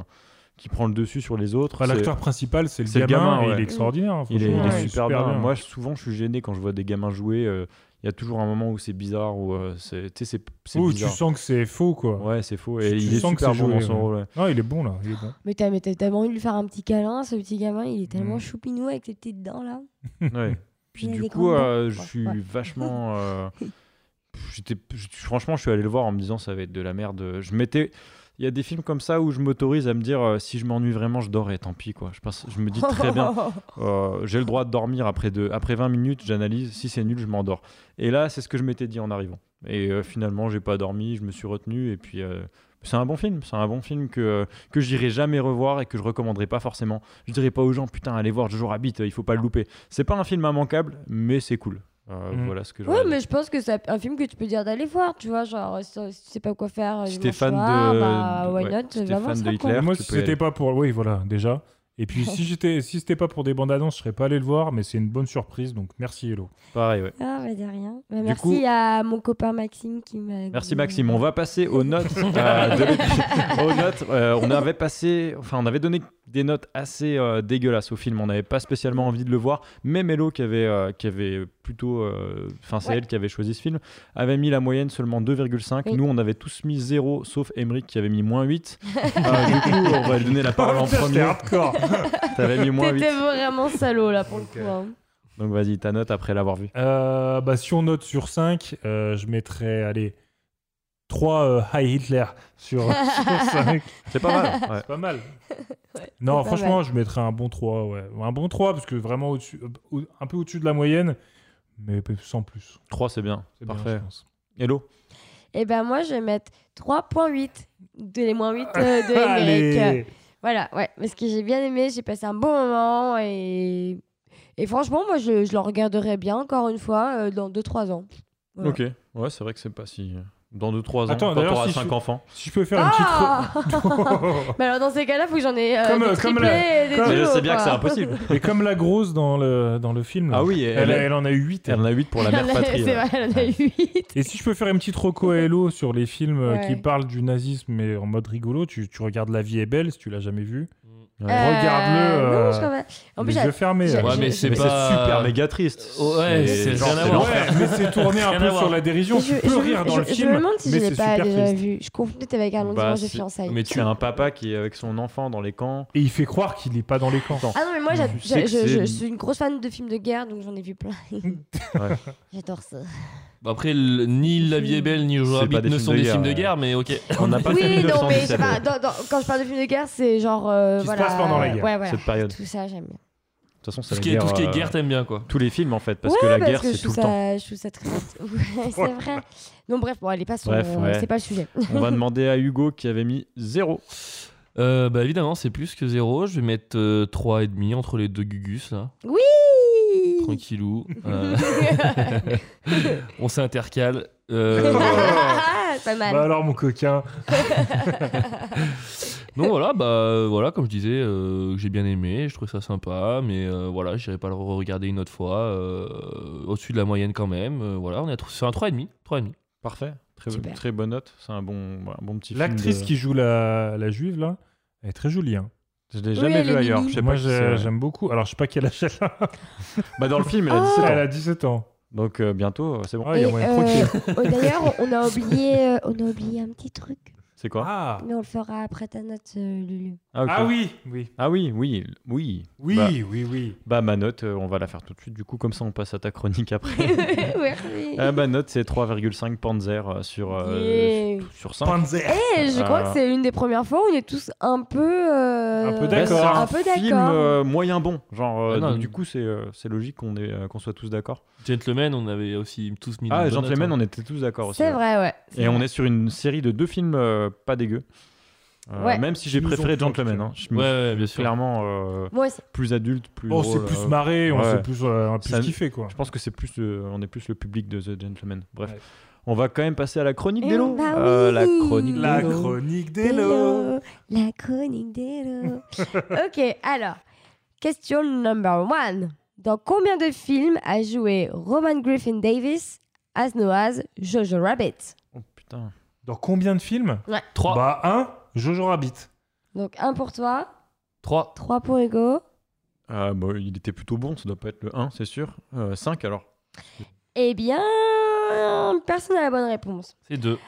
F: qui prend le dessus sur les autres.
G: Enfin,
F: c'est-
G: L'acteur principal, c'est le
F: c'est le
G: gamin,
F: gamin,
G: et
F: ouais.
G: il est extraordinaire. hein,
F: il est,
G: franchement,
F: il est
G: ouais,
F: super, bien. Moi, je- souvent, je suis gêné quand je vois des gamins jouer. euh, Il y a toujours un moment où c'est bizarre, où euh, c'est, tu sais, c'est, c'est
G: Ouh, tu
F: bizarre.
G: sens que c'est faux, quoi.
F: Ouais, c'est faux.
G: Tu-
F: Et
G: tu
F: il est
G: sens que
F: super
G: c'est
F: bon dans
G: joué,
F: son
G: ouais.
F: rôle. ouais.
G: Non, il est bon, là. Il est bon.
I: Mais t'as mais t'as tellement envie de lui faire un petit câlin, ce petit gamin, il est tellement
G: Mm.
I: choupinou avec ses petites dents là.
F: Ouais. Puis
I: Il y a
F: du
I: des
F: coup,
I: grandes dents,
F: euh, je
I: quoi.
F: suis
I: Ouais.
F: vachement. euh, pff, j'étais, je- franchement, je suis allé le voir en me disant ça va être de la merde. Je m'étais. Il y a des films comme ça où je m'autorise à me dire euh, si je m'ennuie vraiment, je dors et tant pis quoi. Je, passe, je me dis très bien, euh, j'ai le droit de dormir après, deux, après 20 minutes, j'analyse, si c'est nul, je m'endors. Et là, c'est ce que je m'étais dit en arrivant. Et euh, finalement, j'ai pas dormi, je me suis retenu et puis. euh, c'est un bon film, c'est un bon film que, euh, que j'irai jamais revoir et que je recommanderai pas euh, forcément. Je dirais pas aux gens, putain, allez voir Jojo Rabbit, il faut pas le louper. C'est pas un film immanquable, mais c'est cool. Euh,
G: Mm.
F: Voilà ce que
I: Ouais,
F: j'aurais à dire.
I: mais je pense que c'est un film que tu peux dire d'aller voir, tu vois. Genre, si si tu sais pas quoi faire,
F: Si
I: le
F: t'es fan
I: soir,
F: de-
I: bah,
F: de-
I: why
F: ouais,
I: not,
F: si t'es
I: vraiment,
F: fan
I: ça,
F: de
I: quoi.
F: Hitler,
G: Moi,
F: tu
G: si
F: peux y
G: c'était
F: aller.
G: pas pour. Oui, voilà, déjà. Et puis, si j'étais, si c'était pas pour des bandes annonces, je serais pas allé le voir, mais c'est une bonne surprise, donc merci Hello.
F: Pareil, ouais.
I: Ah, bah, de rien. Bah,
F: Du
I: merci
F: coup-
I: à mon copain Maxime qui m'a.
F: Merci Maxime. On va passer aux notes. euh, de l'épisode. Aux notes, euh, on avait passé, enfin, on avait donné des notes assez euh, dégueulasses au film. On n'avait pas spécialement envie de le voir. Même Hello, qui avait, euh, qui avait plutôt, euh, enfin, c'est
I: Ouais.
F: elle qui avait choisi ce film, avait mis la moyenne seulement 2,5.
I: Oui.
F: Nous, on avait tous mis 0, sauf Emmerich qui avait mis moins 8. Euh, du coup, on va lui donner la parole en
G: Putain, c'était
F: premier.
G: hardcore.
F: T'avais mis moins 8.
I: T'étais vraiment salaud là pour le coup. hein.
F: Donc vas-y, ta note après l'avoir vu.
G: Euh, bah, si on note sur 5, je mettrais, allez, 3 High Hitler sur, 5.
F: C'est pas mal. ouais.
G: C'est pas mal.
I: Ouais,
G: Non,
I: c'est pas
G: franchement,
I: mal.
G: je mettrais un bon 3, ouais. Un bon 3, parce que vraiment au-dessus, euh, un peu au-dessus de la moyenne, mais sans plus.
F: 3, c'est bien.
G: C'est bien,
F: Parfait.
G: je pense.
F: Hello.
I: Et ben moi, je vais mettre 3.8 de les moins 8 euh, de
G: Allez.
I: Emmerich. Voilà, ouais, parce que j'ai bien aimé, j'ai passé un bon moment et, et franchement, moi, je, je le regarderai bien encore une fois euh, dans 2-3 ans. Voilà.
F: Ok. Ouais, c'est vrai que c'est pas si. Dans 2-3 ans,
G: Attends,
F: quand
G: d'ailleurs,
F: t'auras
G: si
F: 5
G: je-
F: enfants.
G: Si je peux faire une petite.
I: Ah
G: re-
I: Mais alors, dans ces cas-là, faut que j'en ai euh,
G: Comme,
I: des
G: euh, comme
I: triplés
G: la-
I: et des
G: comme-
F: Mais
I: duos,
F: je sais bien que
I: quoi.
F: c'est impossible.
G: Et comme la grosse dans le, dans le film, là.
F: Ah oui, elle,
G: elle, elle en a eu 8.
F: elle en a 8 pour la mère patrie.
I: C'est
F: ouais.
I: vrai, elle en a 8.
G: Et si je peux faire une petite reco à Hello sur les films euh, qui
I: Ouais.
G: parlent du nazisme mais en mode rigolo, tu, tu regardes La vie est belle si tu l'as jamais vu.
F: Ouais.
G: Regarde-le,
I: euh, non,
G: euh,
I: je crois pas. En plus,
G: les
I: j'ai-
G: yeux fermés.
I: j'ai-
G: euh.
H: Ouais, mais
I: je-
H: c'est
F: Mais c'est
H: pas.
F: super méga triste.
H: Ouais, c'est
F: genre,
H: rien à
F: c'est
H: voir.
G: Ouais, mais c'est tourné un
H: Rien
G: peu
H: à
G: sur
H: voir.
G: la dérision. tu
I: je,
G: peux
I: je-
G: rire dans
I: je-
G: le
I: je
G: film,
I: me demande si
G: mais
I: je l'ai
G: c'est
I: pas
G: super
I: déjà
G: triste.
I: vu. Je confondais avec un long
F: Bah,
I: dimanche de
F: c'est-
I: fiançailles.
H: Mais
F: C'est
H: tu.
F: un papa qui est avec son enfant dans les camps.
G: Et il fait croire qu'il n'est pas dans les camps.
I: Ah non, mais moi, j'a-
F: Tu sais
I: j'a-
F: que
I: je,
F: c'est
I: je
F: une-
I: suis une grosse fan de films de guerre, donc j'en ai vu plein. J'adore ça.
H: Après, le- ni La vie est belle, ni
F: C'est
H: Jojo Rabbit
F: pas des
H: ne
F: films
H: sont
F: de
H: des
F: guerre,
H: films de
F: ouais.
H: guerre, mais ok.
F: On n'a pas fait
I: oui, non, mais
F: 1917,
I: je sais pas,
F: euh,
I: dans- dans- quand je parle de films de guerre, c'est genre. euh,
G: Qui se
I: voilà,
G: passe pendant la guerre.
I: Ouais, voilà.
F: cette période. De
I: Tout ça, j'aime bien.
F: toute façon, c'est
H: Tout ce
F: la
H: qui est, tout ce qui est
F: euh,
H: guerre, t'aimes bien, quoi.
F: Tous les films en fait, parce
I: Ouais,
F: que la
I: parce
F: guerre
I: que
F: c'est
I: je
F: tout le
I: trouve
F: temps.
I: ça- Je trouve ça très triste. Ouais, c'est vrai. Non, bref, bon, allez, passons.
F: Bref,
I: euh,
F: ouais.
I: C'est pas le sujet.
F: On va demander à Hugo qui avait mis 0.
H: Euh, bah évidemment, c'est plus que 0. Je vais mettre euh, 3,5 entre les deux Gugus, là.
I: Oui
H: Tranquillou. Euh, on s'intercale. Euh, voilà.
I: Pas mal.
G: Bah alors, mon coquin.
H: Donc voilà, bah euh, voilà, comme je disais, euh, j'ai bien aimé, je trouvais ça sympa, mais euh, voilà, j'irai pas le regarder une autre fois, euh, au-dessus de la moyenne quand même. euh, voilà, on est à tr- sur un 3,5. 3,5.
F: Parfait. Très,
I: Super.
F: très bonne note. C'est un bon, un bon petit film.
G: L'actrice
F: de-
G: qui joue la, la juive, là, elle est très jolie. hein.
F: Je l'ai
I: Oui,
F: jamais
I: elle
F: vue
I: est
F: ailleurs.
I: mimi.
F: Je sais
G: Moi,
F: pas qui c'est,
G: j'ai-
F: ouais.
G: j'aime beaucoup. Alors, je sais pas quelle âge elle a.
F: Bah, dans le film,
I: Ah.
F: elle a 17
G: Elle
F: ans.
G: a 17 ans.
F: Donc euh, bientôt, euh, c'est bon.
G: Ah, il y a
I: Et,
G: moyen de
I: euh,
G: croquer.
I: oh, D'ailleurs, on a oublié, euh, on a oublié un petit truc,
F: C'est quoi
G: Ah,
I: mais on le fera après ta note, euh, Lulu.
F: ah, ok.
G: Ah oui, oui,
F: Ah oui, oui, oui.
G: oui,
F: Bah,
G: oui, oui.
F: bah, ma note, euh, on va la faire tout de suite. Du coup, comme ça, on passe à ta chronique après.
I: Merci.
F: ah, ma note, c'est 3,5 Panzer euh, sur, euh,
I: Yeah.
F: sur 5.
G: Panzer.
I: Eh, je crois
F: Ah.
I: que c'est une des premières fois où on est tous un peu. euh,
G: Un peu
F: Bah, c'est
G: D'accord.
F: un
I: un peu
F: film
I: d'accord.
F: euh, moyen bon. Genre, euh,
H: Ah, non.
F: donc, du coup, c'est euh, c'est logique qu'on ait, euh, qu'on soit tous d'accord.
H: Gentleman, on avait aussi tous mis.
F: Ah,
H: une bonne note,
F: Gentleman,
H: hein.
F: on était tous d'accord aussi.
I: C'est
F: ouais.
I: vrai, ouais.
F: Et on est sur une série de deux films euh, pas dégueux. Euh,
I: Ouais.
F: Même si j'ai
G: Ils nous
F: préféré
G: ont planté.
F: Gentleman. hein. Je me
H: Ouais, Oh, ouais, bien sûr.
F: clairement euh,
I: Moi aussi.
F: plus adulte, plus.
G: Eh, On s'est
F: drôle,
G: plus
F: euh,
G: marré, on
F: ouais.
G: s'est plus, euh, plus
F: Ça-
G: kiffé, quoi.
F: Je pense que c'est plus le- on est plus le public de The Gentleman. Bref,
G: Ouais.
F: on va quand même passer à la chronique
I: Eh
F: d'Elo.
I: bah oui.
F: la chronique
G: La
F: d'Elo.
G: chronique d'Elo.
I: Hello, La chronique d'Elo. ok, alors, question number one. Dans combien de films a joué Roman Griffin Davis as Noaz Jojo Rabbit
F: Oh putain.
G: Dans combien de films
H: Trois.
G: Bah, un, Jojo Rabbit.
I: Donc, un pour toi,
H: Trois.
I: trois pour Hugo.
F: Ah, bah, il était plutôt bon, ça doit pas être le 1, c'est sûr. 5 alors.
I: Eh bien, personne n'a la bonne réponse.
H: C'est deux.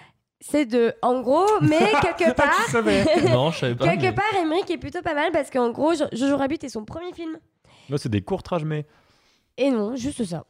I: C'est deux, en gros, mais quelque part,
G: Tu savais.
H: non, je savais pas.
I: Quelque
H: mais-
I: part, Emmerich est plutôt pas mal parce qu'en gros, Jo- Jojo Rabbit est son premier film.
F: Là, c'est des courtrages, mais.
I: Et non, juste ça.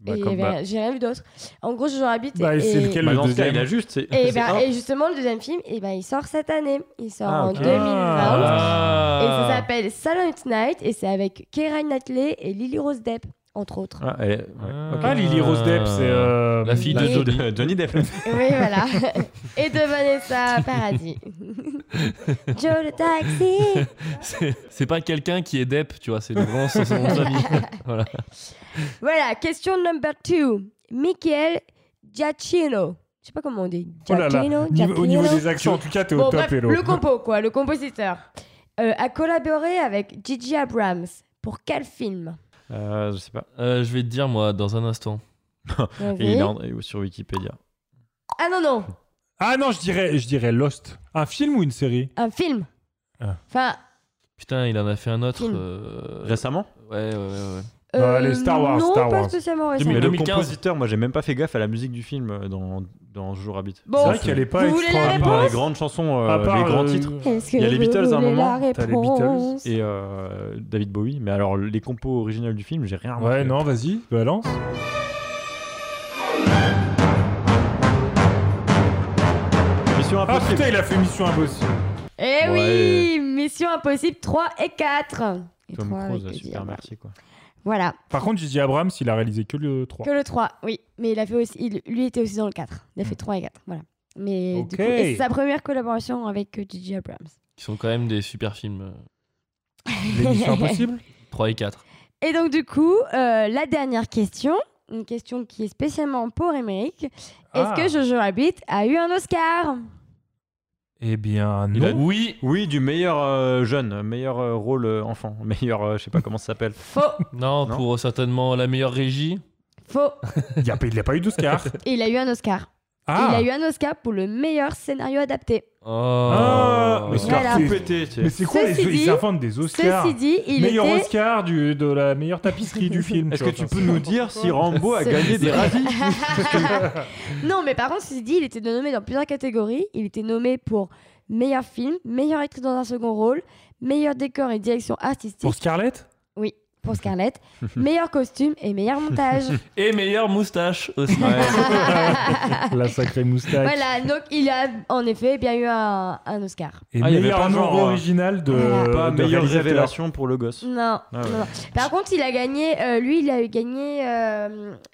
F: Bah,
I: Et il y
F: comme-
I: avait-
F: bah-
I: J'ai rien vu d'autre. En gros, Jojo Rabbit
G: Bah, et
I: est-
G: c'est lequel
F: bah,
G: le
F: dans ce cas,
G: deuxième
F: il a juste. c'est-
I: Et,
F: c'est
I: ben-
F: un.
I: et justement, le deuxième film, et ben, il sort cette année. Il sort
F: Ah,
I: en
F: ok.
I: 2020.
H: Ah.
I: Et ça s'appelle Silent Night et c'est avec Keira Knightley et Lily Rose Depp, entre autres.
F: Ah, elle est- ouais,
H: Ah.
F: ok.
G: Ah, Lily Rose Depp, c'est. euh,
H: La fille de
I: La-
H: Johnny.
F: Johnny Depp.
I: oui, voilà. et de Vanessa Paradis. Joe le taxi.
H: C'est c'est pas quelqu'un qui est Depp, tu vois, c'est vraiment son son nom de famille. voilà.
I: Voilà, question number two. Michael Giacchino. Je sais pas comment on dit.
G: Oh là là,
I: Giacchino,
G: niveau- au niveau
I: Giacchino.
G: des accents, en tout cas, t'es au
I: Bon,
G: top,
I: bref,
G: Hello.
I: Le compo, quoi, le compositeur. Euh, a collaboré avec Gigi Abrams. Pour quel film
F: Euh, je sais pas.
H: je vais te dire, moi, dans un instant.
F: Et il est en- euh, sur Wikipédia.
I: Ah non, non,
G: Ah non, je dirais, je dirais Lost. Un film ou une série
I: un film.
G: Ah.
I: Enfin,
H: Putain, il en a fait un autre.
I: Film.
H: euh,
F: Récemment
H: Ouais, ouais, ouais.
I: Euh, Euh, les Star Wars, non, Star pas Wars. spécialement récemment.
F: Mais le
H: 2015.
F: compositeur, moi j'ai même pas fait gaffe à la musique du film euh, dans, dans Je jour habite.
I: Bon, C'est vrai qu'elle est pas vous voulez la extra-
F: À part
I: réponse
F: les grandes chansons, euh,
G: À part,
F: les grands
G: euh,
F: titres.
G: Est-ce
F: Il y a
G: que
F: les
G: vous
F: Beatles à un
G: voulez
F: moment.
G: la T'as les réponse
F: Et euh, David Bowie. Mais alors les compos originales du film, j'ai rien.
G: Ouais, non, vas-y, balance.
F: Ah, Mission
G: Ah putain, il a fait Mission Impossible.
I: Eh
G: Ouais.
I: oui Mission Impossible 3 et 4. Et
G: Tom
I: trois
G: Cruise,
I: avec
G: la
I: Gigi
G: super
I: Abrams.
F: merci quoi.
I: Voilà.
G: Par contre, Gigi Abrams, il a réalisé que le 3.
I: Que le 3, oui. Mais il a fait aussi, il- lui était aussi dans le 4. Il a fait 3 et 4, voilà. Mais
H: Ok.
I: du coup, et c'est sa première collaboration avec euh, Gigi Abrams.
H: Qui sont quand même des super films.
I: Les Missions Impossibles
H: 3 et 4.
I: Et donc du coup, euh, la dernière question, une question qui est spécialement pour Émeric. Est-ce
G: Ah.
I: que Jojo Rabbit a eu un Oscar
G: Eh bien,
F: Il a-
G: non.
F: Oui, oui, du meilleur euh, jeune, meilleur euh, rôle euh, enfant, meilleur, euh, je sais pas comment ça s'appelle.
H: Non, pour euh, certainement la meilleure régie.
I: Faux.
G: Il a, pas eu d'Oscar.
I: Et il a eu un Oscar.
H: Ah.
I: Il a eu un Oscar pour le meilleur scénario adapté.
H: Oh.
G: Ah, mais c'est
I: Voilà.
G: parti.
F: Euh, pété, tiens.
G: Mais c'est quoi
I: Ceci
G: les,
I: dit-
G: ils inventent des Oscars
I: ceci dit, il
G: meilleur
I: était-
G: Oscar du, de la meilleure tapisserie du film.
F: Est-ce
G: vois,
F: que tu
G: enfin,
F: peux
G: c'est
F: nous
G: n'importe
F: dire
G: quoi.
F: si Rambo a gagné des razzies
I: non, mais par contre, ceci dit, il était nommé dans plusieurs catégories. Il était nommé pour meilleur film, meilleure actrice dans un second rôle, meilleur décor et direction artistique.
G: Pour Scarlett
I: Oui, pour Scarlett. meilleur costume et meilleur montage.
H: Et meilleure moustache aussi.
G: La sacrée moustache.
I: Ah. voilà, donc il a en effet bien eu un, un Oscar.
G: Et
F: Ah, il y avait
G: meilleur
F: pas genre,
G: nombre
F: euh,
G: original de.
F: Pas
G: de
F: meilleure
G: réalisateur.
F: révélation pour le gosse.
I: Non,
F: Ah ouais.
I: non, non. Par contre, il a gagné. euh, lui, il a eu gagné. euh,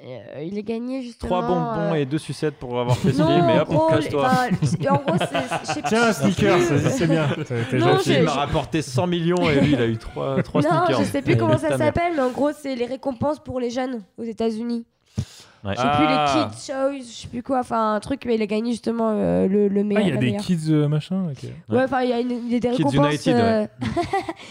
I: euh, il a gagné justement. euh,
F: Trois bonbons et deux sucettes pour avoir fait ce
I: non, oh, ah,
F: film, mais
I: en
F: hop,
I: gros,
F: casse-toi.
I: enfin, en gros, c'est- je sais-
G: Tiens,
F: Ah,
G: un sneaker,
F: Merci.
G: ça, c'est bien. Ah, T'as- t'as
I: Non,
F: Le
I: j'ai-
F: film a rapporté 100 millions et lui, il a eu 3, trois
I: non,
F: sneakers.
I: je sais plus
F: Et
I: comment ça
F: ta mère.
I: s'appelle, mais en gros, c'est les récompenses pour les jeunes aux États-Unis.
F: Ouais.
I: Je sais plus, les Kids Choice, je sais plus quoi, enfin un truc, mais il a gagné justement euh, le, le
G: Ah,
I: meilleur. Oh,
G: il y a
I: la
G: des
I: meilleure.
G: kids euh, machin. ok.
I: Ouais, enfin, il y a une- il y a des
G: Kids
I: récompenses.
G: United,
I: euh,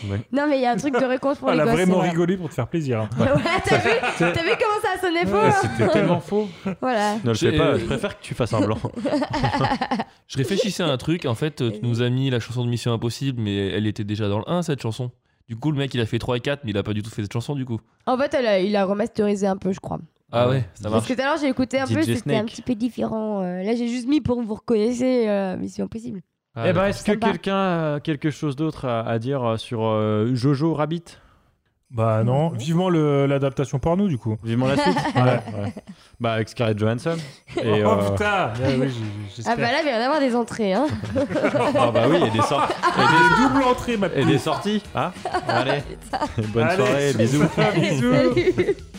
G: Ouais.
I: Non, mais il y a un truc de récompense pour
G: Ah,
I: les
G: elle a
I: gosses.
G: vraiment
I: c'est vrai.
G: rigolé pour te faire plaisir. hein.
I: Ouais, t'as vu, t'as vu comment ça a sonné faux hein
G: C'était tellement faux.
I: Voilà.
F: Non, je, fais
H: J'ai-
F: pas, je préfère que tu fasses un blanc.
H: Je réfléchissais à un truc. En fait, tu nous as mis la chanson de Mission Impossible, mais elle était déjà dans le 1, cette chanson. Du coup, le mec, il a fait 3 et 4, mais il a pas du tout fait cette chanson, du coup.
I: En fait, elle a- il a remasterisé un peu, je crois.
H: Ah ouais, ça
I: Parce
H: marche.
I: que tout à l'heure, j'ai écouté un
H: DJ
I: peu, c'était un
H: Snake.
I: petit peu différent. euh, là, j'ai juste mis pour que vous reconnaissez euh, Mission Impossible.
F: eh ben, est-ce que
I: Sympa.
F: quelqu'un a quelque chose d'autre à, à dire euh, sur euh, Jojo Rabbit
G: Bah non, vivement le- l'adaptation porno du coup.
F: Vivement la suite
G: Ouais, ouais.
F: Bah, avec Scarlett Johansson. euh,
G: Oh, putain Ah oui, j'ai-
I: Ah bah là, il va y en avoir des entrées. Hein.
F: Ah bah oui, il y a des sorties.
G: Et des doubles entrées maintenant.
F: Et des sorties. Hein Allez. Bonne
G: Ah, Allez,
F: soirée, bisous.
G: bisous.
I: Salut.
H: oh